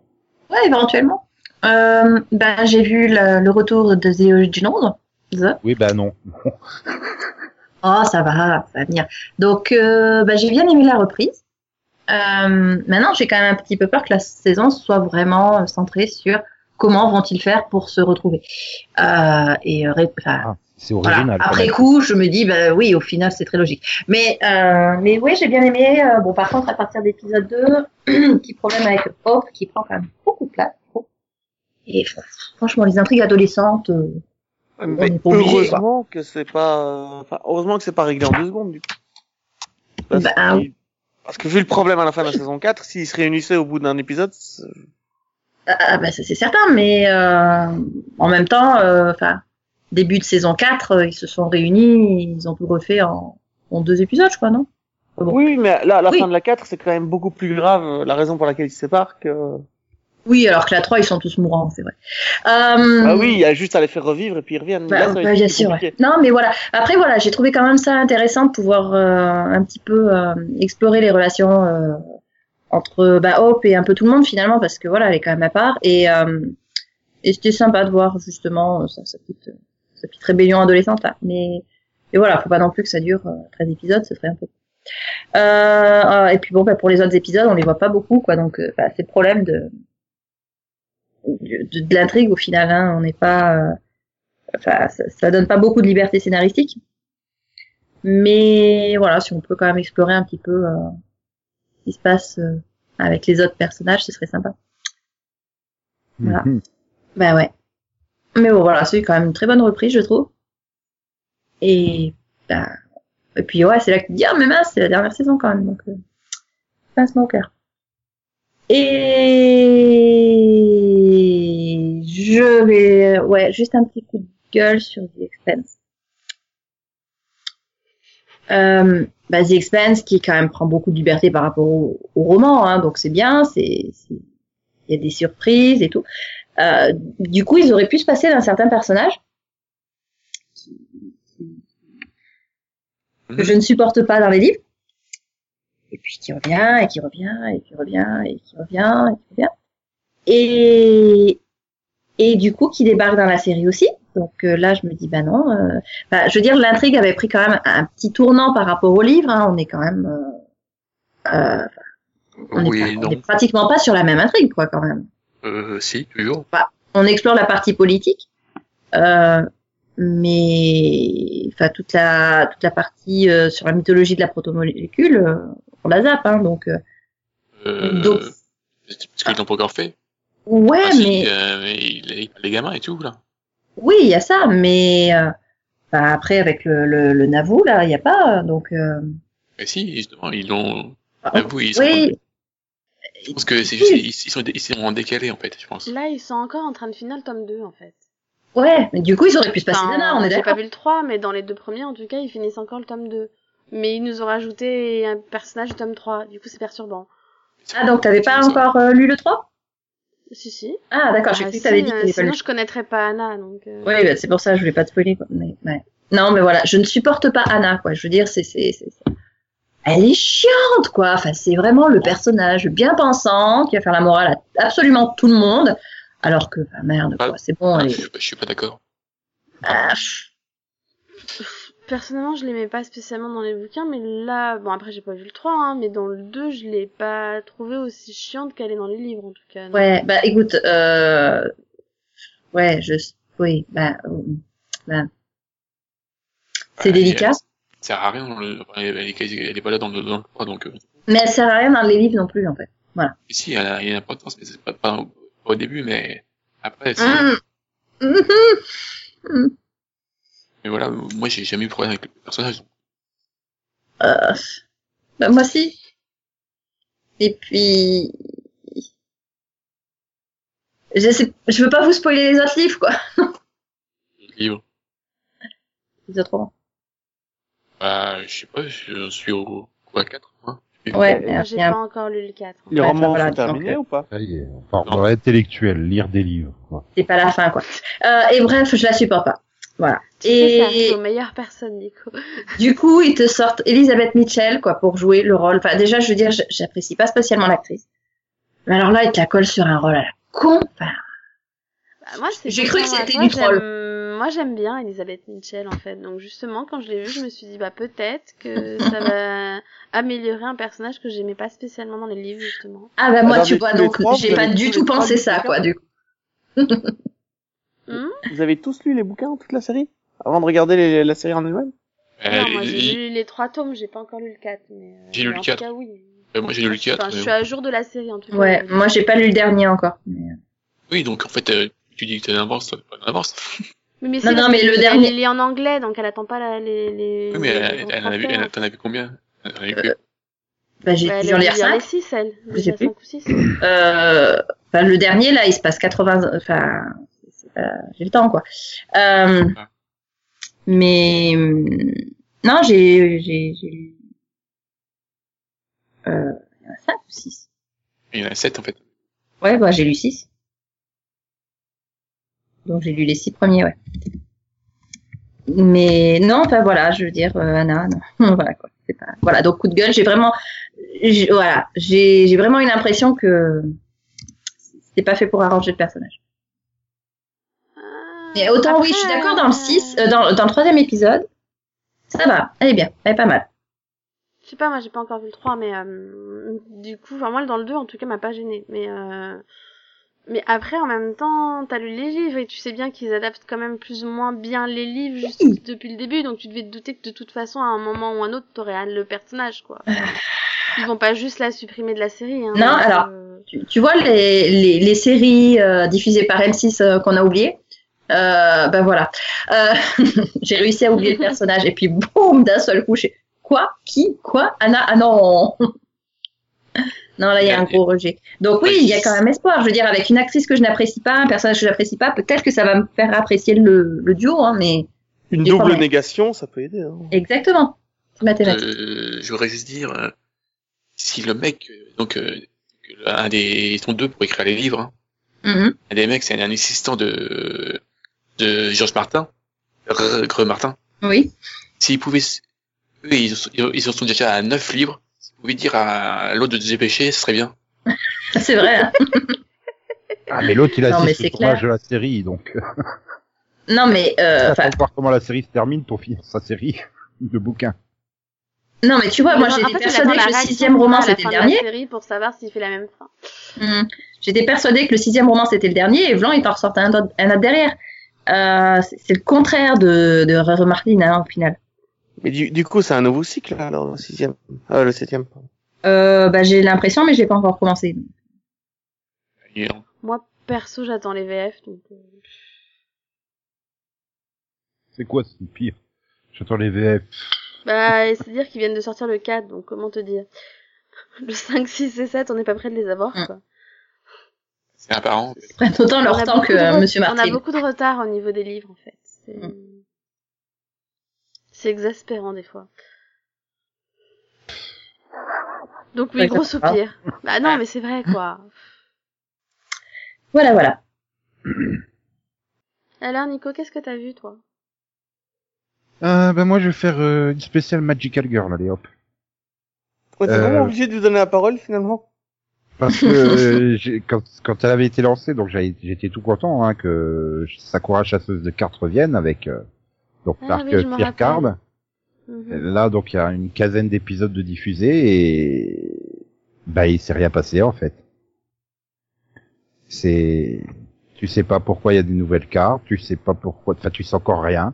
[SPEAKER 3] Ouais, éventuellement. Euh, ben, j'ai vu la- le retour de The du Londres. The.
[SPEAKER 1] Oui, bah non.
[SPEAKER 3] Oh, ça va, ça va venir. Donc, euh, ben, j'ai bien aimé la reprise. Euh, maintenant, j'ai quand même un petit peu peur que la saison soit vraiment euh, centrée sur comment vont-ils faire pour se retrouver. Euh, et euh, ré- enfin,
[SPEAKER 1] Ah, c'est
[SPEAKER 3] Voilà.
[SPEAKER 1] original. quand
[SPEAKER 3] Après
[SPEAKER 1] même.
[SPEAKER 3] coup, je me dis, bah oui, au final, c'est très logique. Mais, euh, mais oui, j'ai bien aimé. euh, bon, par contre, à partir d'épisode 2, petit problème avec Hope, qui prend quand même beaucoup de place. Et fr- franchement, les intrigues adolescentes, euh,
[SPEAKER 4] Ah, Mais
[SPEAKER 3] est obligé,
[SPEAKER 4] heureusement que c'est pas, euh, enfin, heureusement que c'est pas réglé en deux secondes, du coup. Parce,
[SPEAKER 3] Bah,
[SPEAKER 4] que, parce que vu le problème à la fin de la saison 4, s'ils se réunissaient au bout d'un épisode, c'est-
[SPEAKER 3] ah, ah, bah, ça, c'est certain. Mais euh, en même temps, euh, enfin, début de saison 4, euh, ils se sont réunis, ils ont tout refait en, en deux épisodes, je crois, non Bon.
[SPEAKER 4] oui, mais là, à la
[SPEAKER 3] Oui.
[SPEAKER 4] fin de la 4, c'est quand même beaucoup plus grave, euh, la raison pour laquelle ils se séparent que,
[SPEAKER 3] Oui, alors que la 3, ils sont tous mourants, c'est vrai. Euh,
[SPEAKER 4] ah oui, il y a juste à les faire revivre et puis ils reviennent.
[SPEAKER 3] Bah,
[SPEAKER 4] Là, ça va
[SPEAKER 3] bah,
[SPEAKER 4] être
[SPEAKER 3] bien
[SPEAKER 4] plus
[SPEAKER 3] sûr, ouais.
[SPEAKER 4] compliqué.
[SPEAKER 3] Non, mais voilà. Après, voilà, j'ai trouvé quand même ça intéressant de pouvoir euh, un petit peu euh, explorer les relations euh, entre bah, Hope et un peu tout le monde finalement, parce que voilà, elle est quand même à part. Et, euh, et c'était sympa de voir justement euh, sa, sa petite, sa petite rébellion adolescente là. Mais et voilà, faut pas non plus que ça dure euh, 13 épisodes, ce serait un peu. Euh, euh, et puis bon, bah, pour les autres épisodes, on les voit pas beaucoup, quoi. Donc, euh, bah, c'est le problème de de, de l'intrigue au final. Hein, on n'est pas euh, enfin, ça, ça donne pas beaucoup de liberté scénaristique. Mais voilà, si on peut quand même explorer un petit peu euh, ce qui se passe euh, avec les autres personnages, ce serait sympa. Voilà.
[SPEAKER 1] Mhm.
[SPEAKER 3] Ben ouais. Mais bon, voilà, c'est quand même une très bonne reprise, je trouve. Et ben, et puis ouais, c'est là que tu te dis ah mais mince, c'est la dernière saison quand même, donc euh, pincement au cœur. Et je vais ouais, juste un petit coup de gueule sur The Expense. Euh, bah, The Expense qui quand même prend beaucoup de liberté par rapport au, au roman, hein, donc c'est bien, c'est c'est- il y a des surprises et tout. Euh, du coup, ils auraient pu se passer d'un certain personnage que je ne supporte pas dans les livres, et puis qui revient et qui revient et qui revient et qui revient et qui revient, et et du coup qui débarque dans la série aussi. Donc euh, là, je me dis bah non. euh, bah, je veux dire, l'intrigue avait pris quand même un petit tournant par rapport au livre. hein, on est quand même euh, euh, on est
[SPEAKER 2] Oui
[SPEAKER 3] pas-
[SPEAKER 2] et
[SPEAKER 3] on
[SPEAKER 2] non.
[SPEAKER 3] est pratiquement pas sur la même intrigue, quoi, quand même
[SPEAKER 2] Euh, si, toujours.
[SPEAKER 3] on explore la partie politique, euh, mais enfin toute la toute la partie euh, sur la mythologie de la protomolécule, euh, on la zappe, hein, donc. euh,
[SPEAKER 2] Euh,
[SPEAKER 3] donc
[SPEAKER 2] Parce qu'ils l'ont pas encore fait.
[SPEAKER 3] ouais,
[SPEAKER 2] Ah, si,
[SPEAKER 3] mais
[SPEAKER 2] euh, mais il- les, les gamins et tout, là.
[SPEAKER 3] oui, il y a ça, mais euh, bah, après avec le le, le Navou là, il y a pas, euh, donc. euh,
[SPEAKER 2] Et si, justement, ils l'ont.
[SPEAKER 3] on-
[SPEAKER 2] J'avoue, ils sont.
[SPEAKER 3] Ah, oui,
[SPEAKER 2] Je pense que c'est juste. Ils, ils sont, ils sont en décalé, en fait, je pense.
[SPEAKER 5] Là, ils sont encore en train de finir le tome 2, en fait.
[SPEAKER 3] ouais, mais du coup ils auraient pu se passer
[SPEAKER 5] Enfin,
[SPEAKER 3] de là, on est
[SPEAKER 5] J'ai pas
[SPEAKER 3] d'accord.
[SPEAKER 5] vu le 3, mais dans les deux premiers, en tout cas, ils finissent encore le tome 2. Mais ils nous ont rajouté un personnage du tome 3, du coup, c'est perturbant.
[SPEAKER 3] Ah donc t'avais pas encore euh, lu le 3
[SPEAKER 5] Si, si.
[SPEAKER 3] Ah d'accord, j'ai
[SPEAKER 5] Ah,
[SPEAKER 3] cru que
[SPEAKER 5] si,
[SPEAKER 3] t'avais dit que
[SPEAKER 5] euh,
[SPEAKER 3] t'avais pas lu.
[SPEAKER 5] Sinon, je connaîtrais pas Anna, donc... euh,
[SPEAKER 3] Oui, bah, c'est pour ça, je voulais pas te spoiler. Quoi. Mais, ouais. Non, mais voilà, je ne supporte pas Anna, quoi. Je veux dire, c'est, c'est, c'est, c'est- elle est chiante, quoi. Enfin, c'est vraiment le personnage bien pensant qui va faire la morale à absolument tout le monde, alors que, bah, merde, quoi, c'est bon,
[SPEAKER 2] Ah,
[SPEAKER 3] elle
[SPEAKER 2] je,
[SPEAKER 3] est...
[SPEAKER 2] suis pas- je suis pas d'accord.
[SPEAKER 3] Ah, pff.
[SPEAKER 5] Personnellement, je l'aimais pas spécialement dans les bouquins, mais là, bon après j'ai pas vu le 3, hein, mais dans le 2, je l'ai pas trouvé aussi chiante qu'elle est dans les livres en tout cas. non.
[SPEAKER 3] Ouais, bah écoute, euh... ouais, je, oui, bah, euh, bah. c'est
[SPEAKER 2] Ouais,
[SPEAKER 3] délicat.
[SPEAKER 2] Ah, Ça sert à rien. dans le- Elle, elle est quasi- elle est pas là dans le, dans le 3, donc. euh,
[SPEAKER 3] Mais elle sert à rien dans les livres non plus, en fait.
[SPEAKER 2] Si, elle a, il y a une importance, mais c'est pas, pas au, pas au début, mais après. c'est-
[SPEAKER 5] Ah.
[SPEAKER 3] Mmh. Mmh.
[SPEAKER 2] Mais voilà, moi j'ai jamais eu de problème avec le personnage. donc,
[SPEAKER 3] Euh, bah, moi si. Et puis, je sais, je veux pas vous spoiler les autres livres, quoi.
[SPEAKER 2] le livre.
[SPEAKER 3] Les autres romans.
[SPEAKER 2] Bah, je sais pas, je suis au, à 4, moi.
[SPEAKER 3] Ouais, mais,
[SPEAKER 5] Moi,
[SPEAKER 3] euh,
[SPEAKER 5] J'ai
[SPEAKER 3] il y a
[SPEAKER 5] pas
[SPEAKER 3] un-
[SPEAKER 5] encore lu le 4. hein.
[SPEAKER 4] Les
[SPEAKER 3] Ouais,
[SPEAKER 4] romans
[SPEAKER 3] voilà,
[SPEAKER 4] sont terminés
[SPEAKER 1] ok.
[SPEAKER 4] ou pas
[SPEAKER 1] Ça y est, on part dans l'intellectuel, lire des livres. quoi.
[SPEAKER 3] c'est pas la fin, quoi. Euh, et bref, je la supporte pas. Voilà.
[SPEAKER 5] Tu sais, ça
[SPEAKER 3] Et
[SPEAKER 5] arrive aux meilleures personnes, Nico.
[SPEAKER 3] Du coup, ils te sortent Elisabeth Mitchell quoi pour jouer le rôle. Enfin, déjà, je veux dire, j- j'apprécie pas spécialement l'actrice. Mais alors là, ils te la collent sur un rôle à la con. Enfin,
[SPEAKER 5] Bah, moi, c'est
[SPEAKER 3] J'ai cru que
[SPEAKER 5] pas-
[SPEAKER 3] c'était
[SPEAKER 5] moi,
[SPEAKER 3] une troll.
[SPEAKER 5] j'aime- Moi, j'aime bien Elisabeth Mitchell, en fait. Donc, justement, quand je l'ai vue, je me suis dit, bah, peut-être que ça va améliorer un personnage que j'aimais pas spécialement dans les livres, justement.
[SPEAKER 3] ah bah moi,
[SPEAKER 4] Alors,
[SPEAKER 3] tu
[SPEAKER 4] mais
[SPEAKER 3] vois,
[SPEAKER 4] tous les
[SPEAKER 3] donc
[SPEAKER 4] trois,
[SPEAKER 3] j'ai
[SPEAKER 4] vous
[SPEAKER 3] pas
[SPEAKER 4] avez
[SPEAKER 3] du
[SPEAKER 4] tous
[SPEAKER 3] tout
[SPEAKER 4] les trois
[SPEAKER 3] pensé
[SPEAKER 4] lu
[SPEAKER 3] ça,
[SPEAKER 4] Lucas
[SPEAKER 3] quoi. Du coup,
[SPEAKER 5] Hum
[SPEAKER 4] Vous avez tous lu les bouquins, toute la série Avant de regarder les- la série en elle-même
[SPEAKER 5] non, moi, j'ai lu les trois tomes, j'ai pas encore lu le 4, mais. euh,
[SPEAKER 2] Euh, J'ai lu
[SPEAKER 5] mais
[SPEAKER 2] le
[SPEAKER 5] en
[SPEAKER 2] 4.
[SPEAKER 5] tout cas, oui.
[SPEAKER 2] euh, moi j'ai lu le 4.
[SPEAKER 5] Enfin, je
[SPEAKER 2] mais-
[SPEAKER 5] suis à jour de la série, en tout cas.
[SPEAKER 3] ouais, moi, j'ai pas lu le dernier encore. euh,
[SPEAKER 2] Oui, donc en fait, euh, tu dis que t'es en avance, toi, t'es pas en avance.
[SPEAKER 5] Oui, mais
[SPEAKER 3] Non,
[SPEAKER 5] c'est
[SPEAKER 3] non,
[SPEAKER 5] parce
[SPEAKER 3] mais
[SPEAKER 5] que
[SPEAKER 3] le
[SPEAKER 5] elle-
[SPEAKER 3] dernier-
[SPEAKER 5] Il est en anglais, donc elle attend pas la- les. les
[SPEAKER 2] Oui, mais
[SPEAKER 5] les-
[SPEAKER 2] elle,
[SPEAKER 5] les
[SPEAKER 2] elle, elle en a vu,
[SPEAKER 5] transferts.
[SPEAKER 2] elle, t'en as vu combien Elle en a vu
[SPEAKER 3] Euh, Bah, j'ai
[SPEAKER 5] Bah,
[SPEAKER 3] dû
[SPEAKER 5] elle
[SPEAKER 3] en
[SPEAKER 5] a dû
[SPEAKER 3] lire
[SPEAKER 5] lire les
[SPEAKER 3] cinq.
[SPEAKER 5] 6, elle.
[SPEAKER 3] Je sais
[SPEAKER 5] Déjà
[SPEAKER 3] plus.
[SPEAKER 5] cinq ou six.
[SPEAKER 3] Euh, enfin, le dernier là, il se passe 80. Enfin, c'est pas- j'ai le temps, quoi. Euh, mais hum, non, j'ai j'ai j'ai lu. Euh, il y en a cinq ou six.
[SPEAKER 2] Il y en a 7 en fait.
[SPEAKER 3] Ouais, bah j'ai lu 6. Donc j'ai lu les 6 premiers, ouais. Mais non, enfin voilà, je veux dire, euh, Anna, non, voilà quoi. C'est pas... Voilà, donc coup de gueule, j'ai vraiment, j'ai- voilà, j'ai j'ai vraiment une impression que c'était pas fait pour arranger le personnage. Mais autant oui, je suis d'accord dans le 6, euh, dans, dans le troisième épisode, ça va, elle est bien, elle est pas mal.
[SPEAKER 5] Je sais pas, moi j'ai pas encore vu le 3, mais euh, du coup, enfin moi dans le 2 en tout cas m'a pas gêné. Mais euh, mais après en même temps, t'as lu les livres et tu sais bien qu'ils adaptent quand même plus ou moins bien les livres juste
[SPEAKER 3] Oui.
[SPEAKER 5] depuis le début, donc tu devais te douter que de toute façon à un moment ou un autre t'aurais le personnage quoi. Ils vont pas juste la supprimer de la série. Hein,
[SPEAKER 3] Non,
[SPEAKER 5] donc,
[SPEAKER 3] alors,
[SPEAKER 5] euh,
[SPEAKER 3] Tu, tu vois les, les, les séries euh, diffusées par M6 euh, qu'on a oubliées euh, Ben voilà, Euh, j'ai réussi à oublier le personnage et puis boum, d'un seul coup, j'ai quoi Qui Quoi Anna Ah non Non, là, il y a un gros rejet. Donc oui, il y a quand même espoir. Je veux dire, avec une actrice que je n'apprécie pas, un personnage que je n'apprécie pas, peut-être que ça va me faire apprécier le, le duo, hein, mais
[SPEAKER 4] Une
[SPEAKER 3] J'ai pas
[SPEAKER 4] double
[SPEAKER 3] mal.
[SPEAKER 4] négation, ça peut aider. Hein.
[SPEAKER 3] exactement. C'est mathématique.
[SPEAKER 2] Euh, je voudrais juste dire, euh, si le mec, euh, donc, euh, que un des, ils sont deux pour écrire les livres, hein.
[SPEAKER 3] Mhm.
[SPEAKER 2] un des mecs, c'est un assistant de, de Georges Martin, Gre Gre Martin.
[SPEAKER 3] Oui.
[SPEAKER 2] S'ils pouvaient, s- eux, ils, en sont- ils en sont déjà à 9 livres, s'ils pouvaient dire à l'autre de se dépêcher, ce serait bien.
[SPEAKER 3] C'est vrai. hein.
[SPEAKER 1] Ah, mais l'autre, il
[SPEAKER 3] Non, mais
[SPEAKER 1] assiste
[SPEAKER 3] c'est
[SPEAKER 1] au tournage
[SPEAKER 3] clair.
[SPEAKER 1] de la série, donc.
[SPEAKER 3] Non, mais
[SPEAKER 1] Attends
[SPEAKER 3] euh, enfin,
[SPEAKER 1] de voir comment la série se termine pour finir sa série de bouquins.
[SPEAKER 3] non, mais tu vois,
[SPEAKER 5] mais
[SPEAKER 3] moi,
[SPEAKER 5] en fait,
[SPEAKER 3] j'étais
[SPEAKER 5] il attend
[SPEAKER 3] persuadée
[SPEAKER 5] la
[SPEAKER 3] que le
[SPEAKER 5] réaction
[SPEAKER 3] sixième
[SPEAKER 5] de
[SPEAKER 3] roman,
[SPEAKER 5] Thomas à la
[SPEAKER 3] c'était le
[SPEAKER 5] fin de la
[SPEAKER 3] dernier.
[SPEAKER 5] série pour savoir s'il fait la même fin.
[SPEAKER 3] Hmm. J'étais persuadée que le sixième roman c'était le dernier et Vlan il t'en ressortait un autre, un autre derrière. Euh, c'est c'est le contraire de, de Rare Martin hein, au final.
[SPEAKER 4] Mais du, du coup, c'est un nouveau cycle, là, alors, le sixième. Ah, le septième. pardon.
[SPEAKER 3] Euh, bah, j'ai l'impression mais j'ai pas encore commencé.
[SPEAKER 2] Et en-
[SPEAKER 5] Moi perso, j'attends les VF donc. euh,
[SPEAKER 1] C'est quoi, c'est pire J'attends les VF.
[SPEAKER 5] Bah, et c'est dire qu'ils viennent de sortir le 4, donc comment te dire Le 5, 6 et 7, on n'est pas prêt de les avoir,
[SPEAKER 3] Mm.
[SPEAKER 5] quoi.
[SPEAKER 2] C'est un parent.
[SPEAKER 3] Ils prennent autant
[SPEAKER 5] On
[SPEAKER 3] leur
[SPEAKER 5] a
[SPEAKER 3] temps
[SPEAKER 5] beaucoup
[SPEAKER 3] que
[SPEAKER 5] de re-
[SPEAKER 3] euh, Monsieur Mmh.
[SPEAKER 5] On a
[SPEAKER 3] Martin.
[SPEAKER 5] beaucoup de retard au niveau des livres, en fait. C'est c'est exaspérant, des fois. Donc oui,
[SPEAKER 3] Ouais,
[SPEAKER 5] gros
[SPEAKER 3] ça va.
[SPEAKER 5] soupir. Bah non, mais c'est vrai, quoi.
[SPEAKER 3] Voilà voilà.
[SPEAKER 5] Alors, Nico, qu'est-ce que t'as vu, toi
[SPEAKER 1] Ah, Euh, ben moi, je vais faire euh, une spéciale Magical Girl, allez hop.
[SPEAKER 4] On était
[SPEAKER 1] Euh,
[SPEAKER 4] vraiment obligé de vous donner la parole finalement.
[SPEAKER 1] Parce que euh, j'ai- quand, quand elle avait été lancée, donc j'avais- j'étais tout content hein, que Sakura chasseuse de cartes revienne avec euh, donc
[SPEAKER 5] Ah
[SPEAKER 1] l'arc
[SPEAKER 5] oui, je me
[SPEAKER 1] Pierre Card.
[SPEAKER 5] rappelle.
[SPEAKER 1] Eh
[SPEAKER 5] Mhm.
[SPEAKER 1] Euh, Là, donc il y a une quinzaine d'épisodes de diffusés et bah il s'est rien passé en fait. C'est tu sais pas pourquoi il y a des nouvelles cartes, tu sais pas pourquoi, enfin tu sais encore rien.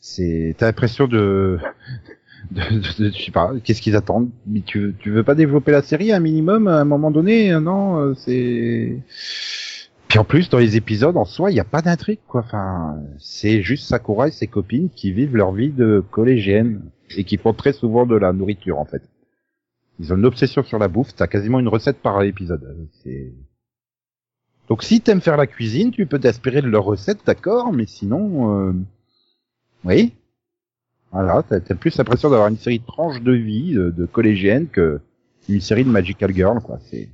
[SPEAKER 1] C'est t'as l'impression de... de, de- de- je sais pas, qu'est-ce qu'ils attendent Mais tu tu veux pas développer la série un minimum à un moment donné euh, Non, euh, c'est puis en plus, dans les épisodes, en soi, il n'y a pas d'intrigue, quoi. Enfin, c'est juste Sakura et ses copines qui vivent leur vie de collégienne et qui font très souvent de la nourriture, en fait. Ils ont une obsession sur la bouffe. T'as quasiment une recette par épisode. C'est- Donc, si t'aimes faire la cuisine, tu peux t'inspirer de leurs recettes, d'accord, mais sinon, euh, oui. Voilà, t'as t'as plus l'impression d'avoir une série de tranches de vie de, de collégienne que une série de Magical Girl, quoi. C'est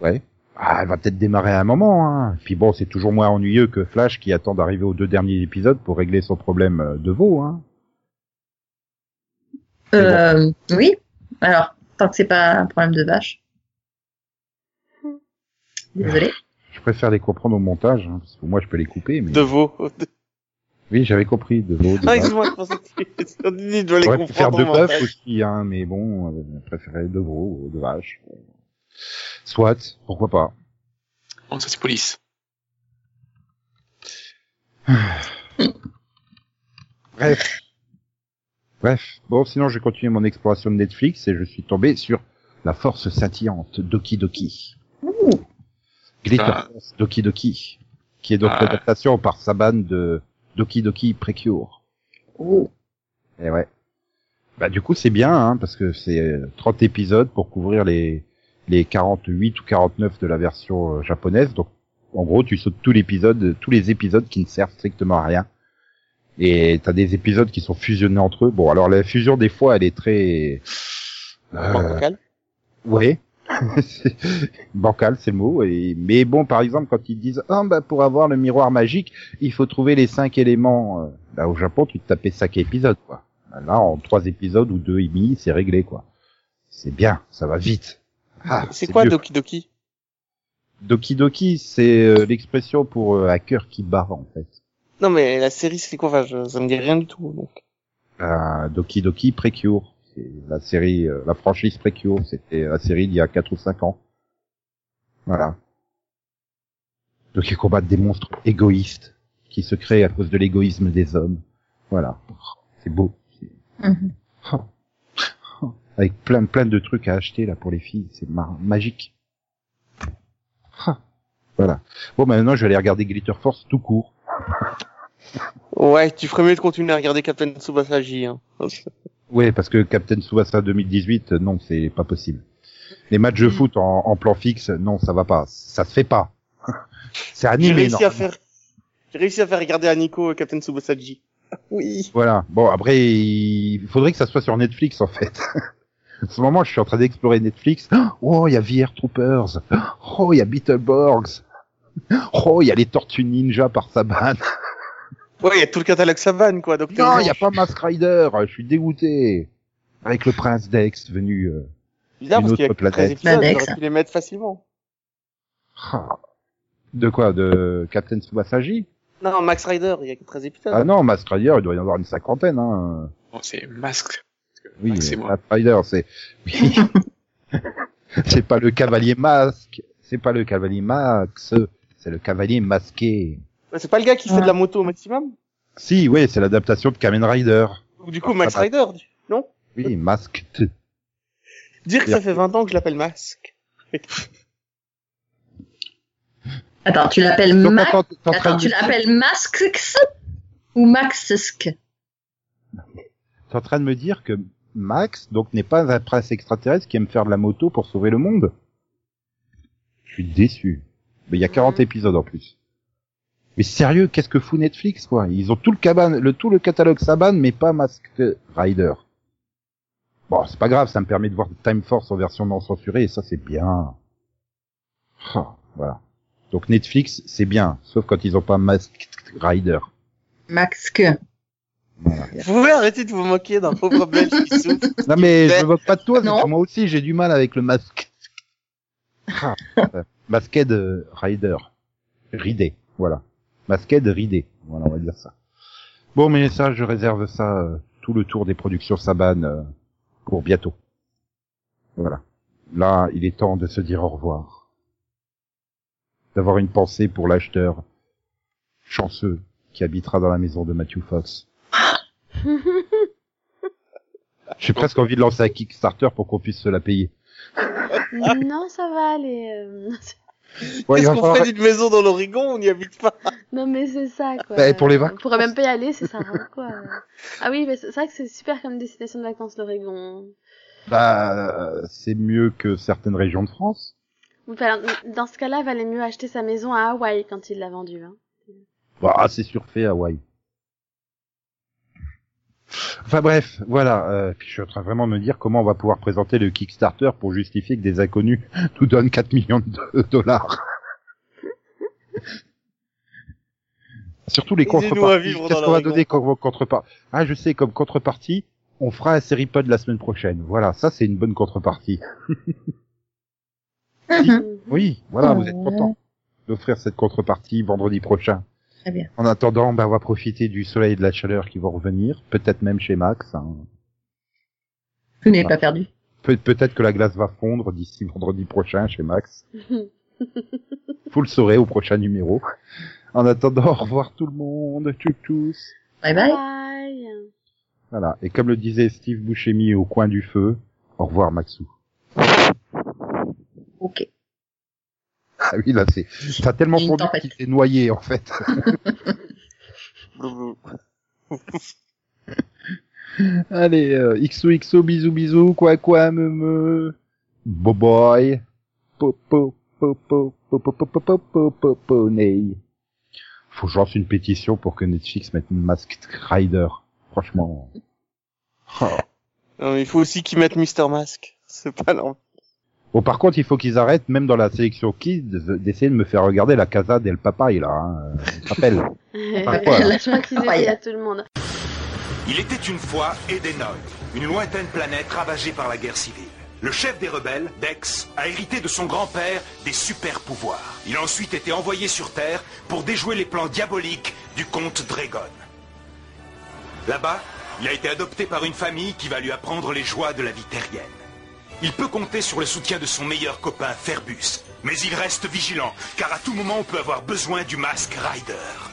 [SPEAKER 1] ouais. Ah, elle va peut-être démarrer à un moment. Hein. Puis bon, c'est toujours moins ennuyeux que Flash qui attend d'arriver aux deux derniers épisodes pour régler son problème euh, de veau. Hein.
[SPEAKER 3] Euh, Oui. Alors, tant que c'est pas un problème de vache. Désolée.
[SPEAKER 1] Je préfère les comprendre au montage, hein, parce que moi je peux les couper. Mais...
[SPEAKER 4] De vos.
[SPEAKER 1] Oui, j'avais compris, de veau. De
[SPEAKER 4] Ah,
[SPEAKER 1] vache.
[SPEAKER 4] excuse-moi, je pensais que tu dois les
[SPEAKER 1] J'aurais pu faire
[SPEAKER 4] comprendre.
[SPEAKER 1] de
[SPEAKER 4] en
[SPEAKER 1] bœuf
[SPEAKER 4] fait.
[SPEAKER 1] aussi, hein, mais bon, euh, je préférais de veau, de vache. Soit, pourquoi pas.
[SPEAKER 2] En sauce police.
[SPEAKER 1] Bref. Bref. Bon, sinon j'ai continué mon exploration de Netflix et je suis tombé sur la force scintillante Doki Doki.
[SPEAKER 3] Ouh.
[SPEAKER 1] Glitter
[SPEAKER 2] Ah.
[SPEAKER 1] Force Doki Doki, qui est donc
[SPEAKER 2] Ah.
[SPEAKER 1] l'adaptation par Saban de Doki Doki Precure.
[SPEAKER 3] Ouh.
[SPEAKER 1] Et Eh ouais. Bah du coup c'est bien hein, parce que c'est euh, 30 épisodes pour couvrir les les 48 ou 49 de la version euh, japonaise. Donc en gros tu sautes tout l'épisode, euh, tous les épisodes qui ne servent strictement à rien. Et t'as des épisodes qui sont fusionnés entre eux. Bon alors la fusion des fois elle est très euh,
[SPEAKER 4] Bancal.
[SPEAKER 1] oui. C'est- Bancal, c'est le mot. Et... Mais bon, par exemple, quand ils disent ah bah, pour avoir le miroir magique, il faut trouver les cinq éléments. euh, Là, au Japon, tu te tapais cinq épisodes, quoi. Là, en trois épisodes ou deux et demi, c'est réglé, quoi. C'est bien, ça va vite. Ah,
[SPEAKER 4] C'est quoi
[SPEAKER 1] mieux.
[SPEAKER 4] Doki Doki
[SPEAKER 1] Doki Doki C'est euh, l'expression pour euh, un cœur qui bat, en fait.
[SPEAKER 4] Non, mais la série, c'est quoi Enfin, je- ça me dit rien du tout. Donc.
[SPEAKER 1] Euh, Doki Doki Precure. C'est la série, euh, la franchise Precure. C'était la série d'il y a 4 ou 5 ans. Voilà. Donc ils combattent des monstres égoïstes qui se créent à cause de l'égoïsme des hommes. Voilà. C'est beau.
[SPEAKER 3] Mhm.
[SPEAKER 1] Avec plein, plein de trucs à acheter là pour les filles. C'est mar- magique. Ah. Voilà. Bon, bah, maintenant je vais aller regarder Glitter Force tout court.
[SPEAKER 4] Ouais, tu ferais mieux de continuer à regarder Captain Tsubasagi. Hein.
[SPEAKER 1] Ouais, parce que Captain Tsubasa 2018, euh, non, c'est pas possible. Les matchs de foot en, en plan fixe, non, ça va pas. Ça se fait pas. C'est
[SPEAKER 4] J'ai
[SPEAKER 1] animé, non.
[SPEAKER 4] réussi à faire. J'ai réussi à faire regarder à Nico euh, Captain Tsubasagi. Oui.
[SPEAKER 1] Voilà. Bon, après, il faudrait que ça soit sur Netflix, en fait. en ce moment, je suis en train d'explorer Netflix. Oh, il y a VR Troopers. Oh, il y a Beetleborgs. Oh, il y a les Tortues Ninja par Saban.
[SPEAKER 4] Ouais, il y a tout le catalogue Saban, quoi. Donc euh,
[SPEAKER 1] Non,
[SPEAKER 4] t'es-
[SPEAKER 1] il y a pas Mask Rider. Ah, Je suis dégoûté. Avec le prince Dex venu... euh,
[SPEAKER 4] Bizarre
[SPEAKER 1] une
[SPEAKER 4] parce qu'il y a
[SPEAKER 1] autre
[SPEAKER 4] que 13
[SPEAKER 1] planète.
[SPEAKER 4] épisodes,
[SPEAKER 3] Bah,
[SPEAKER 4] j'aurais
[SPEAKER 3] Dex.
[SPEAKER 4] pu les mettre facilement.
[SPEAKER 1] ah. De quoi De Captain Tsubasagi
[SPEAKER 4] Non, Max Rider, il y a que 13 épisodes.
[SPEAKER 1] Ah non, Mask Rider, il doit y en avoir une cinquantaine. Hein.
[SPEAKER 2] Bon, c'est masque.
[SPEAKER 1] Oui,
[SPEAKER 2] Ah, c'est moi.
[SPEAKER 1] Mask Rider, c'est... Oui. c'est pas le cavalier masque, c'est pas le cavalier Max, c'est le cavalier masqué.
[SPEAKER 4] Ouais, C'est pas le gars qui fait
[SPEAKER 3] Ouais.
[SPEAKER 1] Ah.
[SPEAKER 4] de la moto au maximum
[SPEAKER 1] Si, oui, c'est l'adaptation de Kamen Rider.
[SPEAKER 4] Ou du coup, Max
[SPEAKER 1] Ah,
[SPEAKER 4] Rider, du- non
[SPEAKER 1] Oui, Mask.
[SPEAKER 4] Dire que ça fait 20 ans que je l'appelle Masque.
[SPEAKER 3] Attends, tu l'appelles
[SPEAKER 1] Donc
[SPEAKER 3] Max
[SPEAKER 1] attends, t'es en train
[SPEAKER 3] Attends, tu
[SPEAKER 1] de-
[SPEAKER 3] l'appelles Masks ou Maxsk
[SPEAKER 1] t'es en train de me dire que Max, donc, n'est pas un prince extraterrestre qui aime faire de la moto pour sauver le monde Je suis déçu. Mais il y a 40 épisodes en plus. Mais sérieux, qu'est-ce que fout Netflix, quoi Ils ont tout le, cabane, le, tout le catalogue Saban, mais pas Masked Rider. Bon, c'est pas grave, ça me permet de voir Time Force en version non censurée, et ça, c'est bien. Ah, voilà. Donc Netflix, c'est bien, sauf quand ils ont pas Masked Rider.
[SPEAKER 3] Maxk.
[SPEAKER 1] Voilà.
[SPEAKER 4] Vous pouvez arrêter de vous moquer d'un pauvre belge qui souffre.
[SPEAKER 1] Non mais je me moque pas de toi,
[SPEAKER 3] Non.
[SPEAKER 1] parce que moi aussi j'ai du mal avec le masque. Ah, euh, Masked euh, Rider. Ridé, voilà. Masked Ridé, voilà, on va dire ça. Bon, mais ça, je réserve ça euh, tout le tour des productions Saban euh, pour bientôt. Voilà. Là, il est temps de se dire au revoir. D'avoir une pensée pour l'acheteur chanceux qui habitera dans la maison de Matthew Fox. J'ai presque envie de lancer un Kickstarter pour qu'on puisse se la payer.
[SPEAKER 5] non, ça va aller. euh,
[SPEAKER 1] Ouais, il
[SPEAKER 4] Qu'est-ce
[SPEAKER 1] va
[SPEAKER 4] qu'on
[SPEAKER 1] falloir-
[SPEAKER 4] fait d'une maison dans l'Oregon On n'y habite pas.
[SPEAKER 5] Non mais c'est ça quoi.
[SPEAKER 1] Bah, et pour les
[SPEAKER 5] On pourrait même pas y aller, c'est ça hein, quoi. Ah oui, mais c'est c'est vrai que c'est super comme destination de vacances l'Oregon.
[SPEAKER 1] Bah, euh, c'est mieux que certaines régions de France.
[SPEAKER 5] Ou alors, dans ce cas-là, valait mieux acheter sa maison à Hawaï quand il l'a vendue. Hein.
[SPEAKER 1] Bah, c'est surfait, Hawaï. Enfin bref, voilà. euh, puis je suis en train vraiment de me dire comment on va pouvoir présenter le Kickstarter pour justifier que des inconnus nous donnent 4 millions de do- dollars. Surtout les
[SPEAKER 4] Aidez-nous à
[SPEAKER 1] contreparties.
[SPEAKER 4] vivre dans
[SPEAKER 1] Qu'est-ce qu'on va
[SPEAKER 4] l'Oregon.
[SPEAKER 1] donner comme contrepartie Ah, je sais, comme contrepartie, on fera un série pod la semaine prochaine. Voilà, ça c'est une bonne contrepartie.
[SPEAKER 5] Mhm.
[SPEAKER 1] Oui, voilà,
[SPEAKER 3] Oh.
[SPEAKER 1] vous êtes content d'offrir cette contrepartie vendredi prochain.
[SPEAKER 3] Très bien.
[SPEAKER 1] En attendant, bah, on va profiter du soleil et de la chaleur qui vont revenir, peut-être même chez Max. hein.
[SPEAKER 3] Je n'ai pas perdu.
[SPEAKER 1] Pe- peut-être que la glace va fondre d'ici vendredi prochain chez Max. Vous le saurez au prochain numéro. En attendant, au revoir tout le monde, tchou tchous.
[SPEAKER 3] Bye bye.
[SPEAKER 5] Bye.
[SPEAKER 1] Voilà, et comme le disait Steve Bouchemi au coin du feu, au revoir Maxou.
[SPEAKER 3] Ok.
[SPEAKER 1] Ah oui, là c'est... T'as tellement
[SPEAKER 3] Une
[SPEAKER 1] fondu
[SPEAKER 3] tempête.
[SPEAKER 1] qu'il t'est noyé en fait. Allez, euh, XOXO, bisous, bisous, quoi, quoi, me, me. Bo boy. Po, po, po, po, po, po, po, po, po, po, po, po, ney. Faut que je lance une pétition pour que Netflix mette Masked Rider. Franchement.
[SPEAKER 4] Non, mais il faut aussi qu'ils mettent Mister Mask. C'est pas normal.
[SPEAKER 1] Bon, Oh, par contre, il faut qu'ils arrêtent, même dans la sélection kids, d'essayer de me faire regarder la Casa del Papaye, là, hein. Je rappelle.
[SPEAKER 3] voilà.
[SPEAKER 5] Je crois qu'ils étaient
[SPEAKER 3] Hawaï.
[SPEAKER 5] à tout le monde.
[SPEAKER 7] Il était une fois Edenoi, une lointaine planète ravagée par la guerre civile. Le chef des rebelles, Dex, a hérité de son grand-père des super pouvoirs. Il a ensuite été envoyé sur Terre pour déjouer les plans diaboliques du comte Dragon. Là-bas, il a été adopté par une famille qui va lui apprendre les joies de la vie terrienne. Il peut compter sur le soutien de son meilleur copain Ferbus, mais il reste vigilant, car à tout moment on peut avoir besoin du masque Rider.